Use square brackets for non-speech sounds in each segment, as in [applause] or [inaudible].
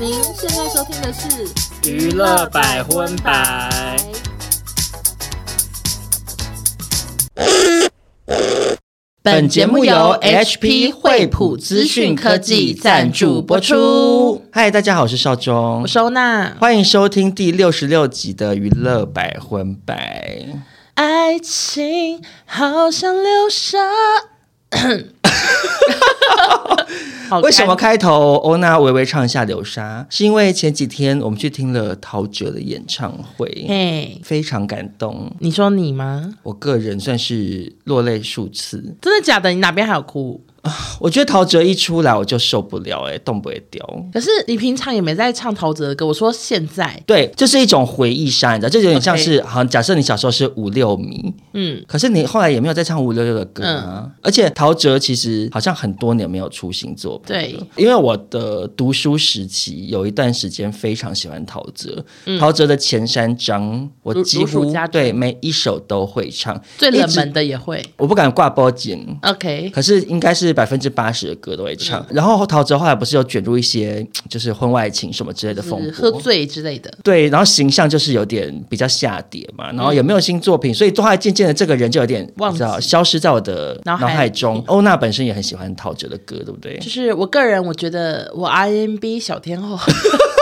您现在收听的是《娱乐百分百》。本节目由 HP 惠普资讯科技赞助播出。嗨，大家好，我是邵忠我，收纳欢迎收听第六十六集的娱乐百分百。爱情好像流沙。好为什么开头欧娜微微唱一下《流沙》？是因为前几天我们去听了陶喆的演唱干？会，嘿，非常感动。你说你吗？我个人算是落泪数次。真的假的？你哪边还有哭？我觉得陶喆一出来我就受不了、哎，动不会掉。可是你平常也没在唱陶喆的歌。我说现在，对，就是一种回忆杀，你知道，就有点像 OK 是，好像假设你小时候是五六迷，嗯，可是你后来也没有再唱五六六的歌啊，而且陶喆其实好像很多年没有出新作品。对，因为我的读书时期有一段时间非常喜欢陶喆，陶喆的前三章我如嗯几如数乎家珍对每一首都会唱，最冷门一直的也会。我不敢挂包剪。 OK，可是应该是百分之八十的歌都会嗯唱，然后陶喆后来不是又卷入一些就是婚外情什么之类的风是喝波，醉之类的。对，然后形象就是有点比较下跌嘛，然后也没有新作品，所以后来渐渐的这个人就有点嗯忘你知道消失在我的脑脑海海中。欧娜本身也很喜欢陶喆的歌，对不对就？是我个人，我觉得我 RMB 小天后， [laughs]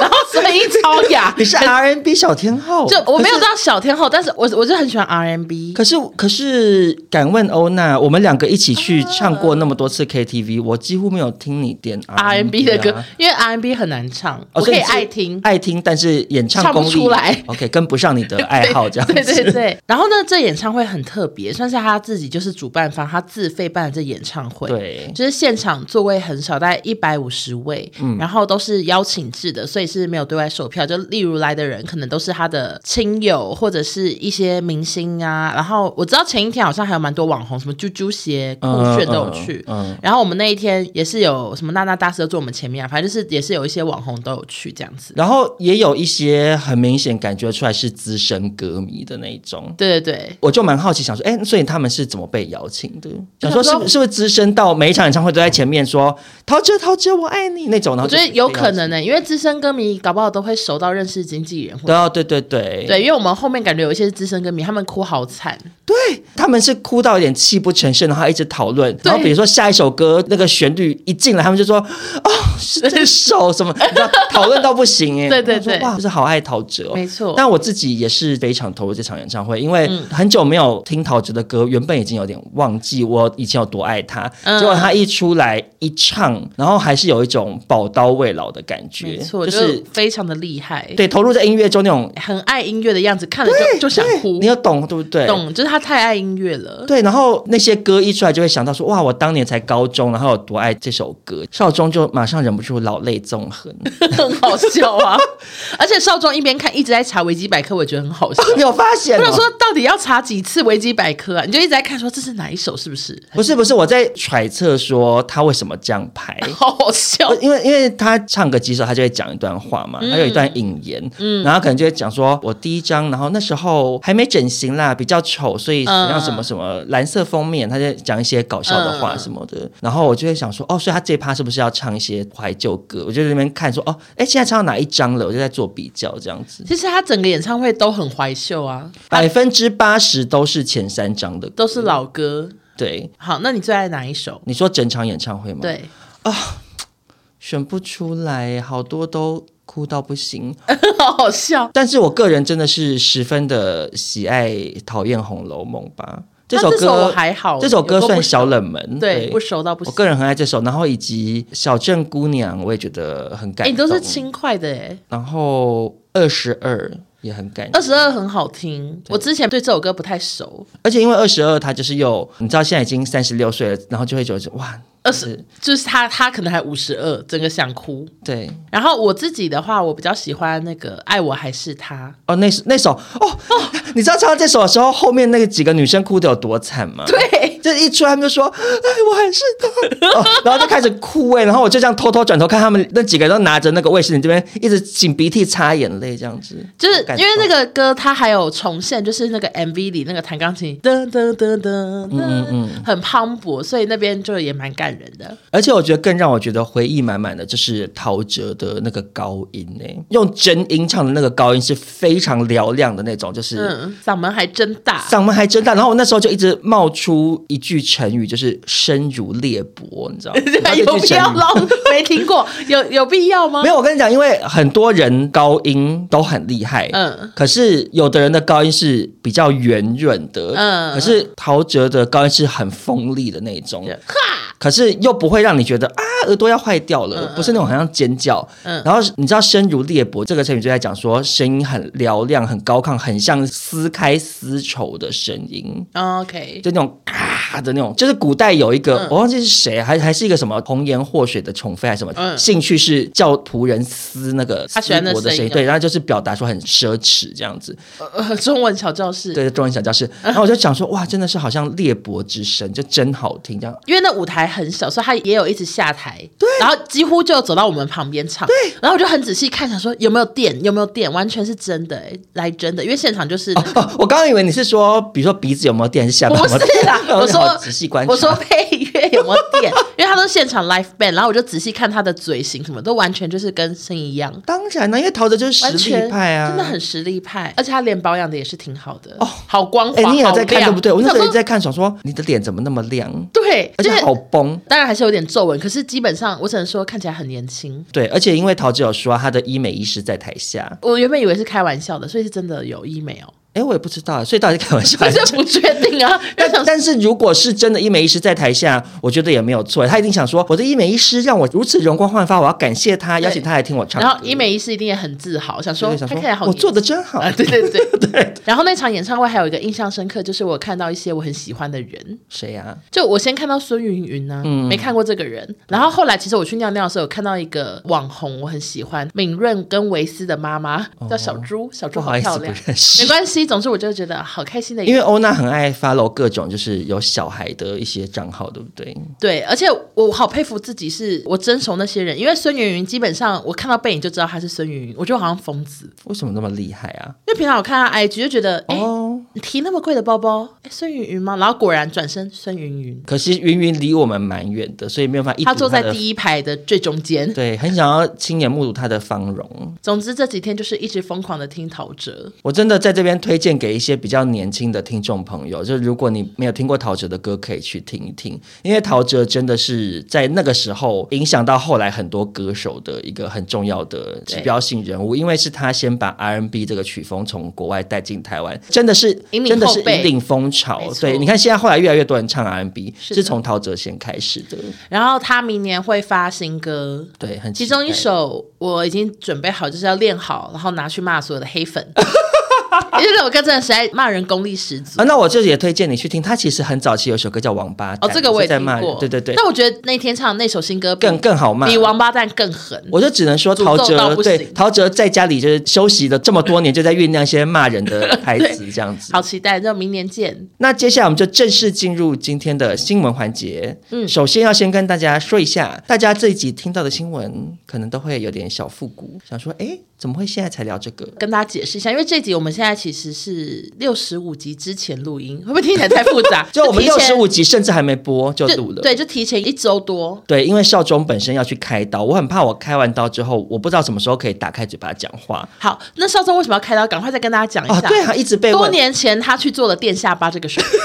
然后声音超哑。 [laughs] [laughs] 你是 R N B 小天后，就我没有可是。到小天后，但是我我就很喜欢 RMB。可是，可是，敢问欧娜，我们两个一起去唱过那么多次 KTV，、我几乎没有听你点 RMB R&B 的啊歌，因为 RMB 很难唱，哦我可所以以你是爱听。爱听，但是演唱唱不功力出来，OK，跟不上你的爱好，这样子。 [laughs] 对对对，然后呢，这演唱会很特别，算是他自己就是主办方，他自费办的这演唱会。对就是现场座位很少，大概一百五十位，嗯然后都是邀请制的，所以是没有对外售票。就例如来的人可能都是他的亲友或者是一些明星啊。然后我知道前一天好像还有蛮多网红，什么啾啾鞋、酷嗯炫都有嗯去。嗯然后我们那一天也是有什么娜娜大师都坐我们前面啊，反正就是也是有一些网红都有去这样子。然后也有一些很明显感觉出来是资深歌迷的那一种，对对对，我就蛮好奇，想说，哎、所以他们是怎么被邀请的？就想说想说是不是不是资深到每一场演唱会都在前面说“陶喆，陶喆，我爱你”那种，然我后觉得有可能呢、因为资深歌迷搞不好都会熟到认识经纪人或者。对啊，对对对对，因为我们后面感觉有一些是资深歌迷，他们哭好惨，对，他们是哭到有点泣不成声，然后一直讨论，然后比如说下一首歌那个旋律一进来，他们就说哦是这首什么， [laughs] 你知道讨论到不行 [laughs] 哎，对对我说对哇，就是好爱陶喆哦，没错嗯但我自己也是非常投入这场演唱会，因为很久没有听陶喆的歌，原本已经有点忘记我以前有多爱他，嗯结果他一出来一唱，然后还是有一种宝刀未老的感没觉，错，就就是是非常的厉害，对投入在音乐中那种，很爱音乐的样子，看了就就想哭你，有懂对不对？懂？就是他太爱音乐了。 [laughs] 对，然后那些歌一出来，就会想到说，哇，我当年才高中，然后有多爱这首歌，少中就马上忍不住老泪纵横。 [laughs] 很好笑啊！而且少壮一边看一直在查维基百科，我也觉得很好笑。你有发现、我想 [laughs] 哦？说，到底要查几次维基百科啊？你就一直在看，说这是哪一首，是不是？不是不是，我在揣测说他为什么这样排。好好笑呃，因为因为他唱个几首，他就会讲一段话嘛，他有一嗯段引言，然后可能就会讲说，我第一张，然后那时候还没整形啦，比较丑，所以怎么样嗯什么什么蓝色封面，他就讲一些搞笑的话什么的，然后我就会想说，哦，所以他这一趴是不是要唱一些怀旧歌？我就在那边看说，哦，哎，现在唱到哪一张了？我就在做比较这样子，其实他整个演唱会都很怀旧啊，百分之八十都是前三张的歌，都是老歌。嗯对。好，那你最爱哪一首？你说整场演唱会吗？，对，选不出来，好多都哭到不行。好好笑。但是我个人真的是十分的喜爱《讨厌红楼梦》吧，这那首这首歌我还好这首有歌够不算小冷门，对，不熟到不我行。个人很爱这首，然后以及《小镇姑娘》，我也觉得很感哎，你动。都是轻快的哎。然后二十二也很感二动，十二很好听，我之前对这首歌不太熟。而且因为二十二，他就是又你知道现在已经三十六岁了，然后就会觉得哇，二十就是他，他可能还五十二，整个想哭。对然后我自己的话，我比较喜欢那个《爱我还是他哦， [laughs] 那那首哦哦，你知道唱到这首的时候，后面那几个女生哭的有多惨吗？》。对，就一出来他们就说：“哎，我还是他。 [laughs] 哦”然后就开始哭哎、然后我就这样偷偷转头看他们那几个人都拿着那个卫生纸这边一直擤鼻涕擦眼泪这样子，就是感因为动那个歌，它还有重现，就是那个 MV 里那个弹钢琴噔噔噔嗯噔噔，很磅礴，所以那边就也蛮感人的。而且我觉得更让我觉得回忆满满的就是陶喆的那个高音诶、用真音唱的那个高音是非常嘹亮的那种，就是嗯，嗓门还真大，？嗓门还真大。然后我那时候就一直冒出一句成语，就是身如裂帛，你知道吗 [laughs] 然后有这句必成要语吗？我 [laughs] 没听过，有有必要吗没？有，我跟你讲，因为很多人高音都很厉害，嗯嗯，可是有的人的高音是比较圆润的，嗯嗯，可是陶喆的高音是很锋利的那种，哈，可是又不会让你觉得啊耳朵要坏掉了，不是那种好像尖叫。嗯然后你知道“声如裂帛”这个成语就在讲说声音很嘹亮、很高亢，很像撕开丝绸的声音。 OK，就那种咔的那种，就是古代有一个、嗯我忘记是谁，还还是一个什么红颜祸水的宠妃还是什么，嗯兴趣是叫仆人撕那个他喜欢的丝帛的声音啊音，对，然后就是表达说很奢侈这样子，呃中文小教室，对，中文小教室。然后我就想说，哇，真的是好像裂帛之声，就真好听这样。因为那舞台很小，所以他也有一直下台，对，然后几乎就走到我们旁边唱，对，然后我就很仔细看，想说有没有电，有没有电，完全是真的、欸，来真的，因为现场就是那个、哦，我刚刚以为你是说，比如说鼻子有没有电，还是下巴有 [laughs] 不没有电？，是啦 [laughs] 我好说仔细观察，我说配乐有没有电，因为他都是现场 live band，然后我就仔细看他的嘴型什么，都完全就是跟声一样，当然了，因为陶喆就是完实全力派啊，真的很实力派，而且他脸保养的也是挺好的，哦好光滑，哎、你也有在看好亮对不对？我那时候想也说在看，想说你的脸怎么那么亮，对，而就且是好崩。当然还是有点皱纹，可是基本上我只能说看起来很年轻。对，而且因为陶喆有说啊他的医美医师在台下，我原本以为是开玩笑的，所以是真的有医美哦，哎，我也不知道，所以到底开玩笑可还是是不确定啊。就 [laughs] 但想说但是如果是真的医美医师在台下，我觉得也没有错，他一定想说我的医美医师让我如此容光焕发，我要感谢他，邀请他来听我唱歌。然后医美医师一定也很自豪，想对说想他说看起来好我年轻，做的真好啊，，对对对 [laughs] 对。然后那场演唱会还有一个印象深刻，就是我看到一些我很喜欢的人，谁呀、就我先看到孙云云呢、嗯没看过这个人。然后后来其实我去尿尿的时候，有看到一个网红，我很喜欢敏润跟维斯的妈妈叫小猪，小猪不好好意漂哦思，不亮。认没识。关系，总之我就觉得好开心的一个因为欧娜很爱 follow 各种就是有小孩的一些账号，对不对？对，而且我好佩服自己是，我真熟那些人，因为孙芸芸基本上我看到背影就知道她是孙芸芸，我觉得我好像疯子，为什么那么厉害啊？因为平常我看她 IG 就觉得，哎、哦，你提那么贵的包包，哎，孙芸芸吗？然后果然转身孙芸芸，可惜云云离我们蛮远的，所以没有办法一睹她坐在的第一排的最中间。对，很想要亲眼目睹她的芳容。总之这几天就是一直疯狂的听陶喆，我真的在这边推荐给一些比较年轻的听众朋友，就是如果你没有听过陶喆的歌，可以去听一听，因为陶喆真的是在那个时候影响到后来很多歌手的一个很重要的指标性人物，因为是他先把 R&B 这个曲风从国外带进台湾，真的是引领真的是后辈引领风潮没错。对，你看现在后来越来越多人唱 R&B，是的是从陶喆先开始的。然后他明年会发新歌。对，很期其中一待首我已经准备好，就是要练好，然后拿去骂所有的黑粉， [laughs] 因为这首歌真的实在骂人功力十足。啊，那我就也推荐你去听，他其实很早期有首歌叫《王八蛋哦，》，这个我也是在听骂人过，，对对对，但我觉得那天唱的那首新歌比更更好骂，比王八蛋更狠。我就只能说诅陶咒到喆不对行陶喆在家里就是休息了这么多年，就在酝酿一些骂人的 [laughs] 台词这样子。好期待，就明年见。那接下来我们就正式进入今天的新闻环节。嗯，首先要先跟大家说一下，大家这一集听到的新闻可能都会有点小复古，想说，哎，怎么会现在才聊这个？跟大家解释一下，因为这集我们现在其实是六十五集之前录音，会不会听起来太复杂？ [laughs] 就我们提六十前五集甚至还没播就就录了。对，就提前一周多。对，因为少中本身要去开刀，我很怕我开完刀之后，我不知道什么时候可以打开嘴巴讲话好，那少宗为什么要开刀？赶快再跟大家讲一啊。下。对啊，一直被多问。年前他去做了垫下巴这个手 [laughs] 术，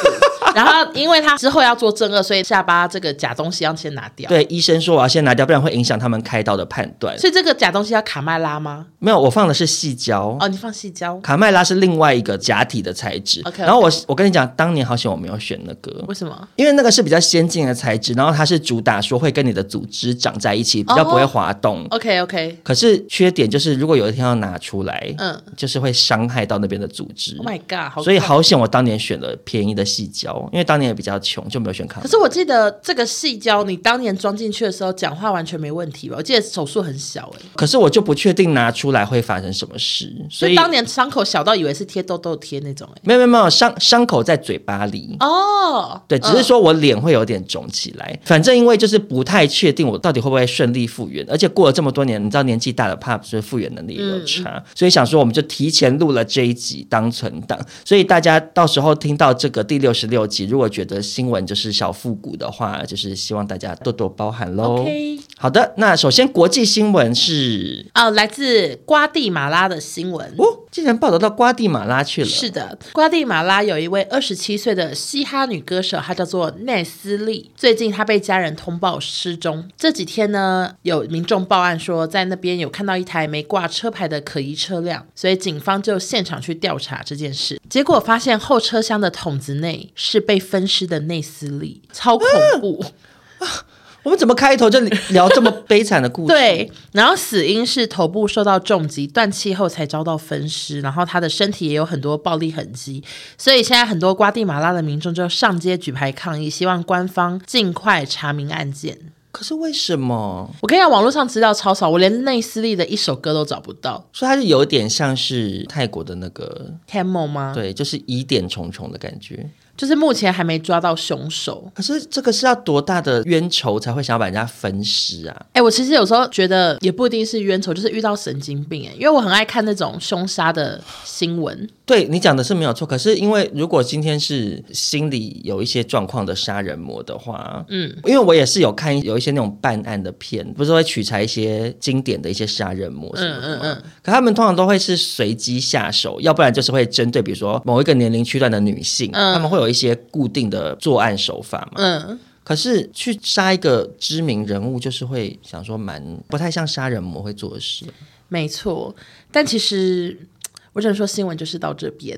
然后因为他之后要做正颚，所以下巴这个假东西要先拿掉。，对，医生说我要先拿掉，不然会影响他们开刀的判断。所以这个假东西要卡麦拉吗？没有，我放的是细胶。哦，你放细胶，卡麦拉是另外一个假体的材质 OK，OK 然后我我跟你讲，当年好险我没有选那个，为什么？因为那个是比较先进的材质，然后它是主打说会跟你的组织长在一起，比较不哦会滑动。 OK OK，可是缺点就是，如果有一天要拿出来，嗯就是会伤害到那边的组织。 ，Oh my god，好所以痛好险我当年选了便宜的细胶，因为当年也比较穷，就没有选卡麦可拉。是我记得这个细胶，你当年装进去的时候讲话完全没问题吧？我记得手术很小哎、可是我就不确定拿出来会发生什么事，所所以以当年伤口小到到以为是贴痘痘贴那种、欸。没有没有没有，伤伤口在嘴巴里。哦，对，只是说我脸会有点肿起来，反正因为就是不太确定我到底会不会顺利复原，而且过了这么多年，你知道年纪大了怕不是复原能力也有差，嗯所以想说我们就提前录了这一集当存档，所以大家到时候听到这个第六十六集，如果觉得新闻就是小复古的话，就是希望大家多多包涵喽。 OK 好的，那首先国际新闻是哦、来自瓜地马拉的新闻。哦，竟然报道到瓜地马拉去了，是的，瓜地马拉有一位二十七岁的嘻哈女歌手，她叫做奈斯利。最近她被家人通报失踪。这几天呢，有民众报案说，在那边有看到一台没挂车牌的可疑车辆，所以警方就现场去调查这件事。结果发现后车厢的桶子内是被分尸的内斯利，超恐怖。我们怎么开头就聊这么悲惨的故 [laughs] 事？对，然后死因是头部受到重击，断气后才遭到分尸，然后他的身体也有很多暴力痕迹，所以现在很多瓜地马拉的民众就上街举牌抗议，希望官方尽快查明案件。可是为什么？我跟你讲，网络上资料超少，我连内斯利的一首歌都找不到。所以它是有点像是泰国的那个， Camel 吗？，对，就是疑点重重的感觉。就是目前还没抓到凶手。可是这个是要多大的冤仇才会想要把人家分尸啊？哎、我其实有时候觉得也不一定是冤仇，就是遇到神经病哎、因为我很爱看那种凶杀的新闻。对你讲的是没有错，可是因为如果今天是心理有一些状况的杀人魔的话，嗯，因为我也是有看有一些那种办案的片，不是会取材一些经典的一些杀人魔什么的嗯吗？嗯嗯可他们通常都会是随机下手，要不然就是会针对比如说某一个年龄区段的女性，嗯他们会有一些固定的作案手法嘛。嗯，可是去杀一个知名人物，就是会想说蛮不太像杀人魔会做的事。没错，但其实我只能说新闻就是到这边。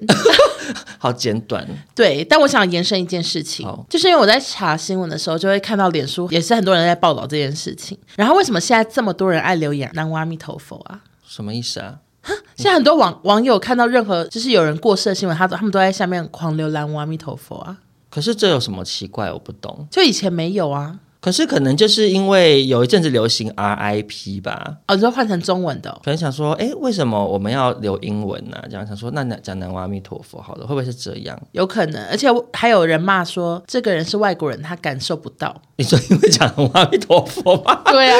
好简短，对，但我想延伸一件事情好，就是因为我在查新闻的时候，就会看到脸书也是很多人在报道这件事情。然后为什么现在这么多人爱留言“南无阿弥陀佛”啊？什么意思啊？现在很多网网友看到任何就是有人过世的新闻，他都他们都在下面狂留“南无阿弥陀佛”啊，可是这有什么奇怪？我不懂。就以前没有啊。可是可能就是因为有一阵子流行 RIP 吧，哦，你说换成中文的哦、可能想说，哎，为什么我们要留英文呢、这样想说，那那讲南无阿弥陀佛好了，会不会是这样？有可能，而且我还有人骂说这个人是外国人，他感受不到。你说因为讲南无阿弥陀佛吗？ [laughs] 对啊，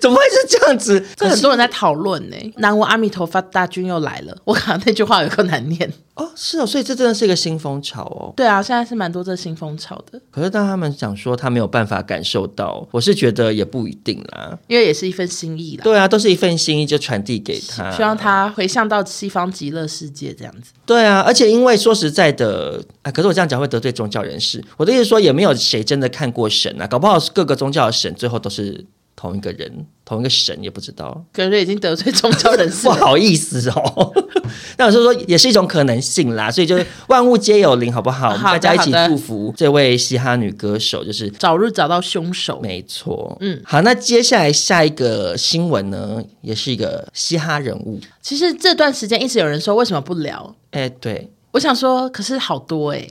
怎么会是这样子？这很多人在讨论欸呢。南无阿弥陀佛，大军又来了。我 [laughs] 靠，那句话有够难念。哦，是哦，所以这真的是一个新风潮哦。对啊，现在是蛮多这新风潮的，可是当他们讲说他没有办法感受到，我是觉得也不一定啦。因为也是一份心意啦。对啊，都是一份心意就传递给他，希望他回向到西方极乐世界这样子。对啊，而且因为说实在的，啊，可是我这样讲会得罪宗教人士。我的意思说，也没有谁真的看过神啊，搞不好各个宗教的神最后都是同一个人，同一个神也不知道，感觉已经得罪宗教人士 [laughs] 不了。好意思哦。 [laughs] 那我是说，也是一种可能性啦。所以就是万物皆有灵，好不好？我们好大的家一起好的祝福这位嘻哈女歌手，就是早日找到凶手。没错，嗯嗯，好，那接下来下一个新闻呢，也是一个嘻哈人物，其实这段时间一直有人说为什么不聊，哎，对，我想说，可是好多 [laughs] 哎、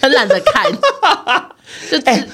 很懒得 [laughs] 看，就只、哎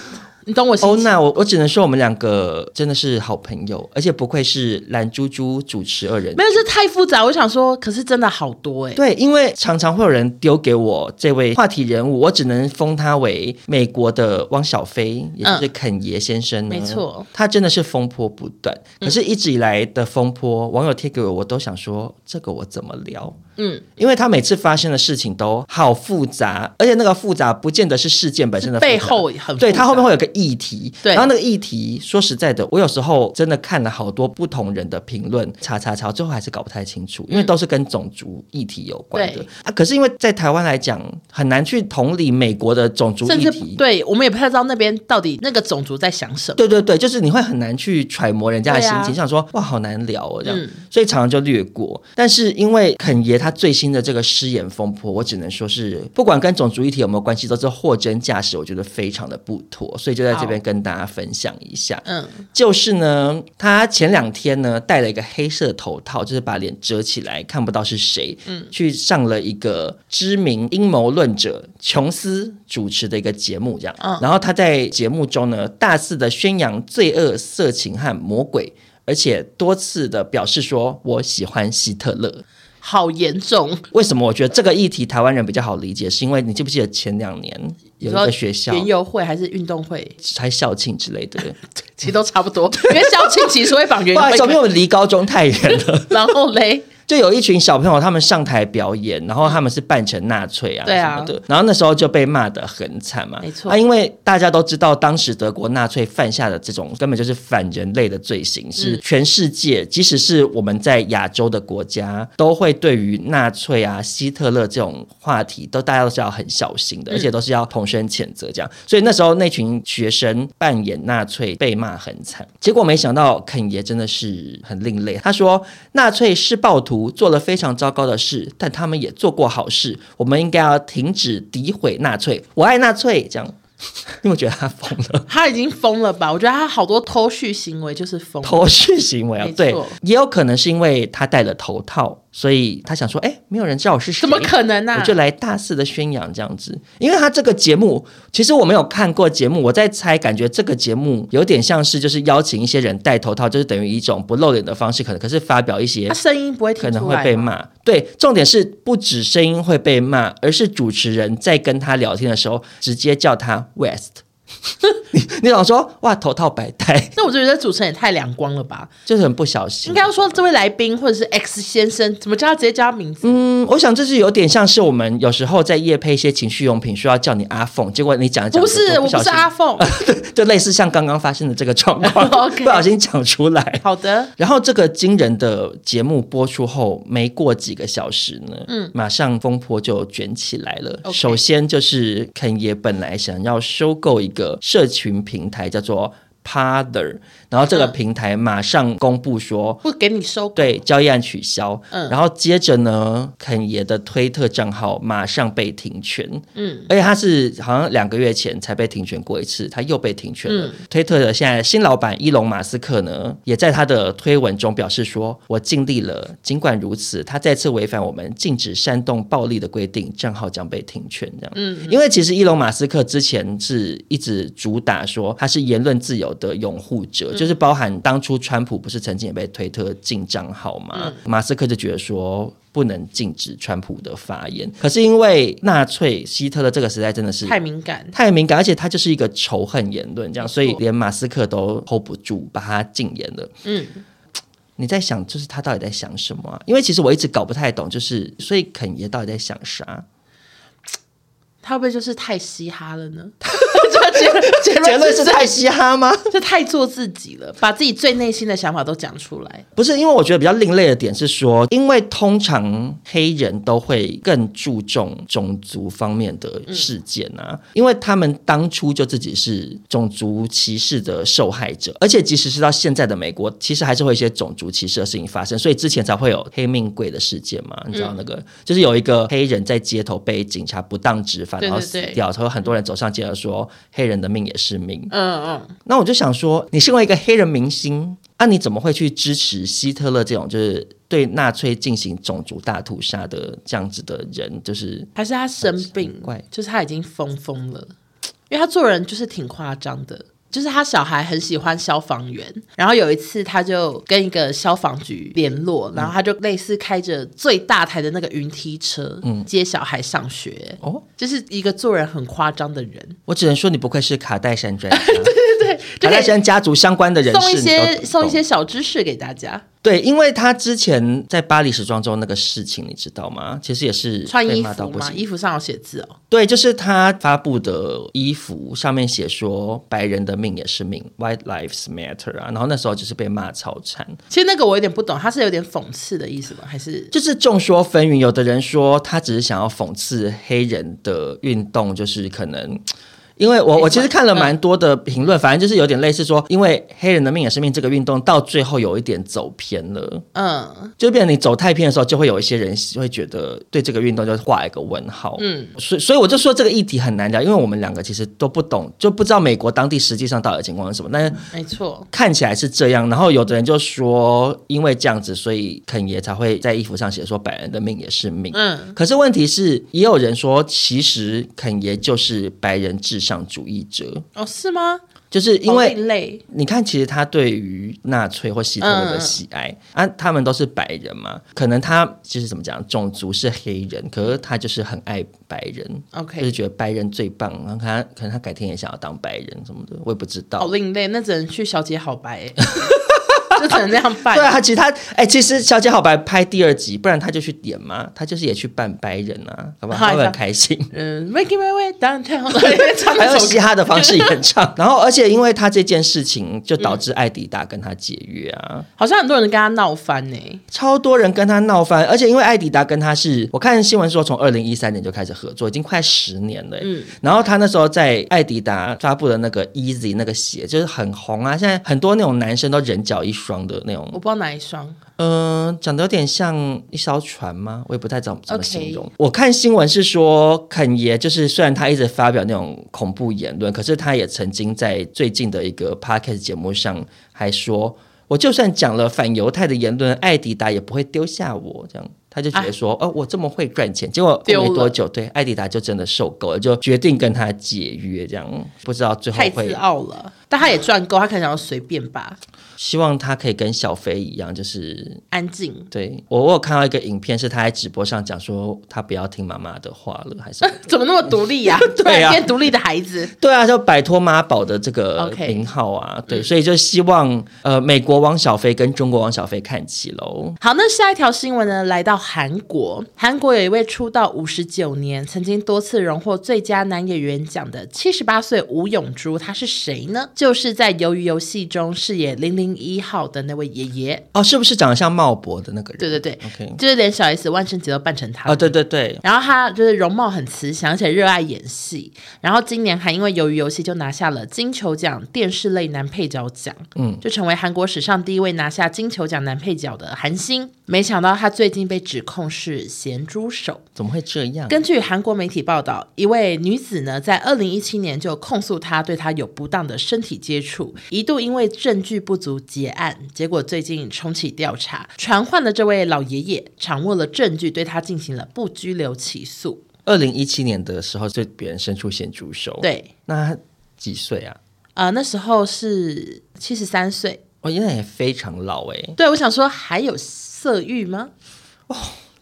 你懂我欧心情。娜，我我只能说我们两个真的是好朋友，而且不愧是蓝猪猪主持二人没。有，这太复杂。我想说，可是真的好多哎、对，因为常常会有人丢给我这位话题人物，我只能封他为美国的汪小菲，也就是肯爷先生呢、嗯没错，嗯他真的是风波不断。可是，一直以来的风波，网友贴给我，我都想说这个我怎么聊？嗯，因为他每次发生的事情都好复杂，而且那个复杂不见得是事件本身的复杂背后很复杂对他后面会有个议题，对然后那个议题说实在的，我有时候真的看了好多不同人的评论，查查查，最后还是搞不太清楚，因为都是跟种族议题有关的、嗯对啊。可是因为在台湾来讲，很难去同理美国的种族甚议至题。对我们也不太知道那边到底那个种族在想什么。对对对，就是你会很难去揣摩人家的心情，对啊想说哇，好难聊哦这样，嗯所以常常就略过。但是因为肯爷他最新的这个失言风波，我只能说是不管跟种族议题有没有关系，都是货真价实，我觉得非常的不妥，所以就在这边跟大家分享一下。嗯，就是呢，他前两天呢戴了一个黑色头套，就是把脸遮起来，看不到是谁。嗯，去上了一个知名阴谋论者琼斯主持的一个节目，这样。嗯然后他在节目中呢大肆的宣扬罪恶、色情和魔鬼。而且多次的表示说，我喜欢希特勒，好严重。为什么我觉得这个议题台湾人比较好理解？是因为你记不记得前两年有一个学校园游会还是运动会，还校庆之类的？其实都差不多，因为校庆其实会绑园不游好意思，因为会。我们离高中太远了。然后嘞，就有一群小朋友，他们上台表演，然后他们是扮成纳粹啊对啊什么的，然后那时候就被骂得很惨嘛，没错啊，因为大家都知道，当时德国纳粹犯下的这种根本就是反人类的罪行，是全世界，即使是我们在亚洲的国家，都会对于纳粹啊、希特勒这种话题，都大家都是要很小心的，而且都是要同声谴责这样。所以那时候那群学生扮演纳粹被骂很惨，结果没想到肯爷真的是很另类，他说纳粹是暴徒，做了非常糟糕的事，但他们也做过好事。我们应该要停止诋毁纳粹，我爱纳粹。这样，你有没有觉得他疯了？他已经疯了吧？我觉得他好多偷续行为就是疯了。头饰行为啊没，错对，也有可能是因为他戴了头套，所以他想说，哎，没有人知道我是谁，怎么可能啊呢、我就来大肆的宣扬这样子，因为他这个节目，其实我没有看过节目，我在猜，感觉这个节目有点像是就是邀请一些人戴头套，就是等于一种不露脸的方式，可能可是发表一些他声音不会可听能出会来被吗骂。对，重点是不止声音会被骂，而是主持人在跟他聊天的时候直接叫他 West。你你想说哇头套白戴，那我就觉得主持人也太两光了吧？就是很不小心应。该要说这位来宾或者是 X 先生，怎么叫他直接叫他名字？嗯，我想这是有点像是我们有时候在夜配一些情趣用品，需要叫你阿凤，结果你讲一讲不是，就我不不小是心阿凤。就类似像刚刚发生的这个状 [laughs] 况 OK 不小心讲出来。好的，然后这个惊人的节目播出后，没过几个小时呢，嗯，马上风波就卷起来了。 OK 首先就是肯爷本来想要收购一个社群平台，叫做 Pather，然后这个嗯平台马上公布说，不给你收。对，交易案取消。嗯然后接着呢，肯爷的推特账号马上被停权。嗯嗯，而且他是好像两个月前才被停权过一次，他又被停权了。推特的现在新老板伊隆马斯克呢，也在他的推文中表示说：“我尽力了，尽管如此，他再次违反我们禁止煽动暴力的规定，账号将被停权。”这样。嗯，因为其实伊隆马斯克之前是一直主打说他是言论自由的拥护者，就是包含当初川普不是曾经也被推特禁账号嘛，马斯克就觉得说。不能禁止川普的发言，可是因为纳粹、希特勒这个时代真的是太敏感，太敏感，而且他就是一个仇恨言论，这样，没错所以连马斯克都 hold 不住，把他禁言了。嗯，你在想，就是他到底在想什么、啊？因为其实我一直搞不太懂，就是所以肯爷到底在想啥？他会不会就是太嘻哈了 [laughs] 呢？这结 [laughs] 结结论论是是这太嘻哈吗？这太做自己了，把自己最内心的想法都讲出来。不是，因为我觉得比较另类的点是说，因为通常黑人都会更注重种族方面的事件啊，因为他们当初就自己是种族歧视的受害者，而且即使是到现在的美国，其实还是会有一些种族歧视的事情发生，所以之前才会有黑命贵的事件嗯嘛，你知道那个、就是有一个黑人在街头被警察不当执法，对然后对死对掉，然后很多人走上街头说黑人的命也是命，嗯嗯，那我就想说，你身为一个黑人明星，那、你怎么会去支持希特勒这种就是对纳粹进行种族大屠杀的这样子的人？就是还是他生病怪，就是他已经疯疯了，因为他做人就是挺夸张的。就是他小孩很喜欢消防员，然后有一次他就跟一个消防局联络，然后他就类似开着最大台的那个云梯车，接小孩上学，哦，就是一个做人很夸张的人，我只能说你不愧是卡戴珊专家， [laughs] 就可卡戴以珊家族相关的人士，送一你都些懂送一些小知识给大家。对，因为他之前在巴黎时装周那个事情，你知道吗？其实也是穿被衣骂到服不嘛，行。衣服上有写字哦，对，就是他发布的衣服上面写说“白人的命也是命 ”，White Lives Matter 啊，然后那时候就是被骂超惨。其实那个我有点不懂，他是有点讽刺的意思吗？还是就是众说纷纭，有的人说他只是想要讽刺黑人的运动，就是可能。因为我我其实看了蛮多的评论，反正就是有点类似说，因为黑人的命也是命这个运动到最后有一点走偏了，嗯，就变成你走太偏的时候，就会有一些人会觉得对这个运动就画一个问号。嗯嗯，所以所以我就说这个议题很难聊，因为我们两个其实都不懂，就不知道美国当地实际上到底情况是什么。但是没错，看起来是这样，然后有的人就说，因为这样子，所以肯爷才会在衣服上写说“百人的命也是命”。嗯，可是问题是，也有人说，其实肯爷就是白人至上主义者。哦，是吗？就是因为好另类你看，其实他对于纳粹或希特勒的喜爱、啊，他们都是白人嘛，可能他就是怎么讲，种族是黑人，可是他就是很爱白人， OK 就是觉得白人最棒，然后他可能他改天也想要当白人什么的，我也不知好道。另类，那只能去小姐好白、欸， [laughs] 就只能这样办。对啊，其实他哎、其实《小姐好白》拍第二集，不然他就去点嘛，他就是也去扮白人啊，好不好？好他会呀很开 [laughs] 心。嗯，Making My Way Downtown，唱还那用首嘻歌。哈的方式演唱， [laughs] 然后而且因为他这件事情，就导致艾迪达跟他解约啊，好像很多人跟他闹翻欸呢、超多人跟他闹翻，而且因为艾迪达跟他是，我看新闻说从二零一三年就开始合作，已经快十年了、嗯，然后他那时候在艾迪达发布的那个 Easy 那个鞋就是很红啊，现在很多那种男生都人脚一双的那种我不，知道哪一双。嗯、长得有点像一艘船吗？我也不太知道怎么 OK 形容。我看新闻是说，肯爷就是虽然他一直发表那种恐怖言论，可是他也曾经在最近的一个 podcast 节目上还说，我就算讲了反犹太的言论，艾迪达也不会丢下我这样。他就觉得说，啊哦，我这么会赚钱，结果过没丢了多久，对，艾迪达就真的受够了，就决定跟他解约，这样不知道最后太会自傲了，但他也赚够，他可能想要随便吧，希望他可以跟小飞一样，就是安静。对我，我有看到一个影片，是他在直播上讲说他不要听妈妈的话了，还是怎么那么独立呀、突 [laughs] 对然啊变独立的孩子， [laughs] 对啊，就摆脱妈宝的这个 OK 嗯名号啊对，所以就希望呃美国王小飞跟中国王小飞看齐喽。好，那下一条新闻呢？来到韩国，韩国有一位出道五十九年，曾经多次荣获最佳男演员奖的七十八岁吴永珠，他是谁呢？就是在《鱿鱼游戏》中饰演零零一号的那位爷爷。哦，是不是长得像茂博的那个人？对对对 OK 就是连小 S 万圣节都扮成他。啊、对对对，然后他就是容貌很慈祥，而且热爱演戏。然后今年还因为《鱿鱼游戏》就拿下了金球奖电视类男配角奖，嗯，就成为韩国史上第一位拿下金球奖男配角的韩星。没想到他最近被指控是咸猪手。怎么会这样？根据韩国媒体报道，一位女子呢，在二零一七年就控诉他对她有不当的身体接触，一度因为证据不足结案。结果最近重启调查，传唤的这位老爷爷掌握了证据，对他进行了不拘留起诉。二零一七年的时候对别人伸出咸猪手，，对，那他几岁啊？呃，那时候是七十三岁。哦，现在也非常老哎、对，我想说还有色欲吗？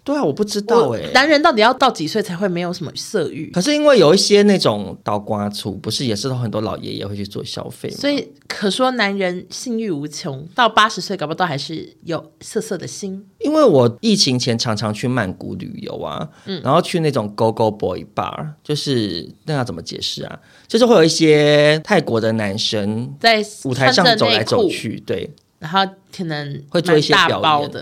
对啊，我不知道我哎、男人到底要到几岁才会没有什么色欲？可是因为有一些那种倒瓜醋，不是也是很多老爷爷会去做消费吗？所以可说男人性欲无穷，到八十岁搞不到还是有色色的心。因为我疫情前常常去曼谷旅游啊，嗯然后去那种 Go Go Boy Bar，就是那要怎么解释啊？就是会有一些泰国的男生在舞台上穿着走内来走裤，去，对然后可能会做一些蛮表大包演的，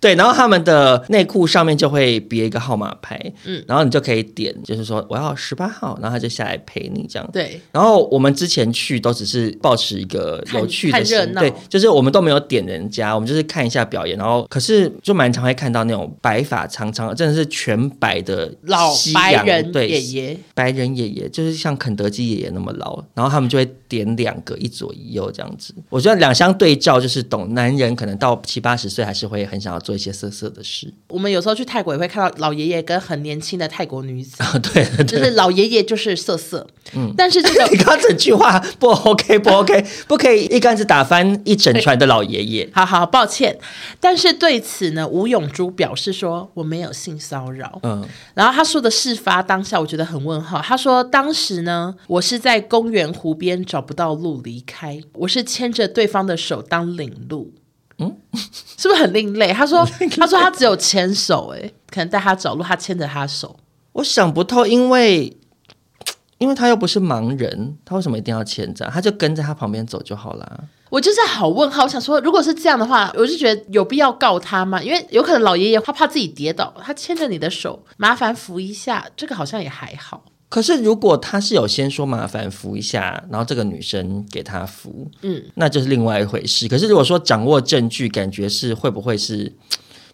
对，然后他们的内裤上面就会别一个号码牌，嗯，然后你就可以点，就是说我要十八号，然后他就下来陪你这样， [laughs] 对，然后我们之前去都只是保持一个有趣的看看心热闹对，就是我们都没有点人家，我们就是看一下表演。然后可是就蛮常会看到那种白发苍苍，真的是全白的老西白洋人对爷爷，白人爷爷，就是像肯德基爷爷那么老。然后他们就会点两个，一左一右这样子。我觉得两相对照，就是懂男人可能到七八十岁还是会很想要做一些色色的事。 [laughs] 我们有时候去泰国也会看到老爷爷跟很年轻的泰国女子，对 [laughs] 对就对。是老爷爷就是色色，嗯，但是这个 [laughs] 你刚刚整句话不 OK 不 OK，不可以一竿子打翻一整船的老爷爷。好好抱歉，但是对此呢，吴永珠表示说我没有性骚扰，嗯，然后他说的事发当下，我觉得很问号。他说当时呢，我是在公园湖边找不到路离开，我是牵着对方的手当领路，嗯，是不是很 [laughs] 另类？他说，他说他只有牵手、欸，可能带他找路，他牵着他手，我想不透，因为因为他又不是盲人，他为什么一定要牵着啊？他就跟在他旁边走就好啦。我就是好问号，我想说，如果是这样的话，我就觉得有必要告他吗？因为有可能老爷爷他怕自己跌倒，他牵着你的手，麻烦扶一下，这个好像也还好。可是如果他是有先说麻烦扶一下，然后这个女生给他扶，嗯，那就是另外一回事。可是如果说掌握证据，感觉是会不会是，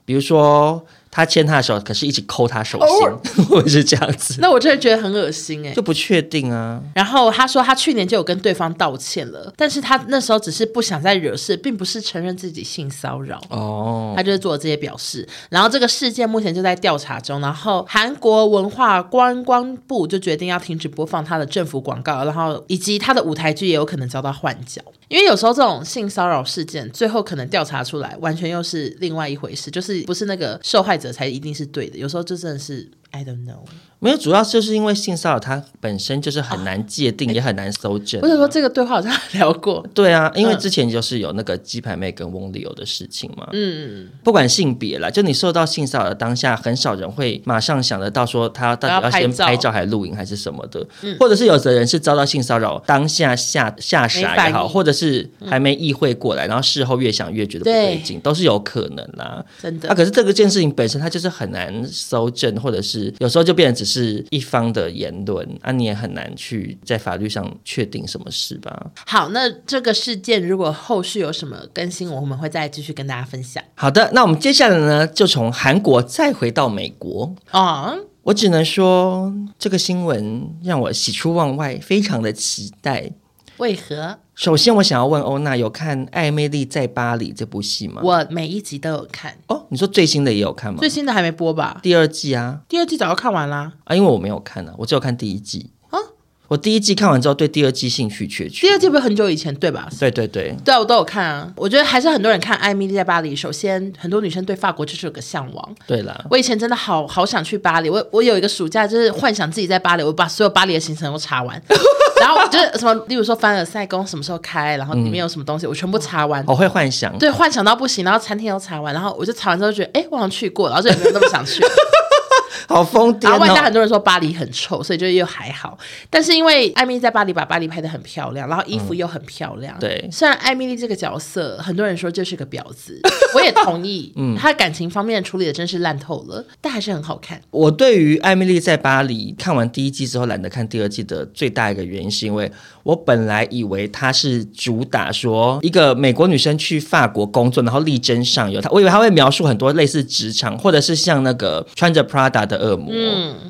比如说他牵她的手，可是一直抠她手 [laughs] 心，或者是这样子，那我真的觉得很恶心哎、就不确定啊。然后他说他去年就有跟对方道歉了，但是他那时候只是不想再惹事，并不是承认自己性骚扰。哦，他就是做了这些表示，然后这个事件目前就在调查中，然后韩国文化观光部就决定要停止播放他的政府广告，然后以及他的舞台剧也有可能遭到换角，因为有时候这种性骚扰事件最后可能调查出来完全又是另外一回事，就是不是那个受害者才一定是对的，有时候就真的是哎 I don't know。没有，主要就是因为性骚扰它本身就是很难界定，也很难搜证我。想说这个对话好像聊过，对啊，因为嗯之前就是有那个鸡排妹跟翁立友的事情嘛，嗯，不管性别啦，就你受到性骚扰的当下，很少人会马上想得到说他到底要要拍先照嗯拍照还是录影还是什么的，或者是有的人是遭到性骚扰当下吓吓没傻反也好，应或者是还没意会过来，然后事后越想越觉得不对对劲，都是有可能啦。真的啊，。可是这个件事情本身它就是很难搜证，或者是有时候就变成只是一方的言论啊，你也很难去在法律上确定什么事吧。好，那这个事件如果后续有什么更新，我们会再继续跟大家分享。好的，那我们接下来呢，就从韩国再回到美国。哦，我只能说，这个新闻让我喜出望外，非常的期待。为何首先，我想要问欧娜，有看《艾美丽在巴黎》这部戏吗？我每一集都有看？哦，你说最新的也有看吗最？新的还没播吧？第二季啊，第二季早就看完啦。啊，因为我没有看啊，我只有看第一季。啊我第一季看完之后，对第二季兴趣缺缺。第二季不是很久以前对吧？对对对，对啊，我都有看啊。我觉得还是很多人看《艾米丽在巴黎》。首先，很多女生对法国就是有个向往。对啦，我以前真的好好想去巴黎，我我有一个暑假就是幻想自己在巴黎，我把所有巴黎的行程都查完，然后我就是什么，例如说凡尔赛宫什么时候开，然后里面有什么东西，我全部查完。我会幻想。对，幻想到不行，然后餐厅都查完，然后我就查完之后觉得，哎，我好像去过，然后就也没有那么想去。好疯癫然后外加很哦！多人说巴黎很臭，所以就又还好。但是因为艾米丽在巴黎把巴黎拍得很漂亮，然后衣服又很漂亮。对虽然艾米丽这个角色，很多人说就是个婊 [laughs] 子，我也同意。嗯，她感情方面处理的真是烂透了，但还是很好看。我对于《艾米丽在巴黎》看完第一季之后，懒得看第二季的最大一个原因，是因为我本来以为它是主打说一个美国女生去法国工作，然后力争上游。她我以为她会描述很多类似职场，或者是像那个穿着 Prada 的恶魔。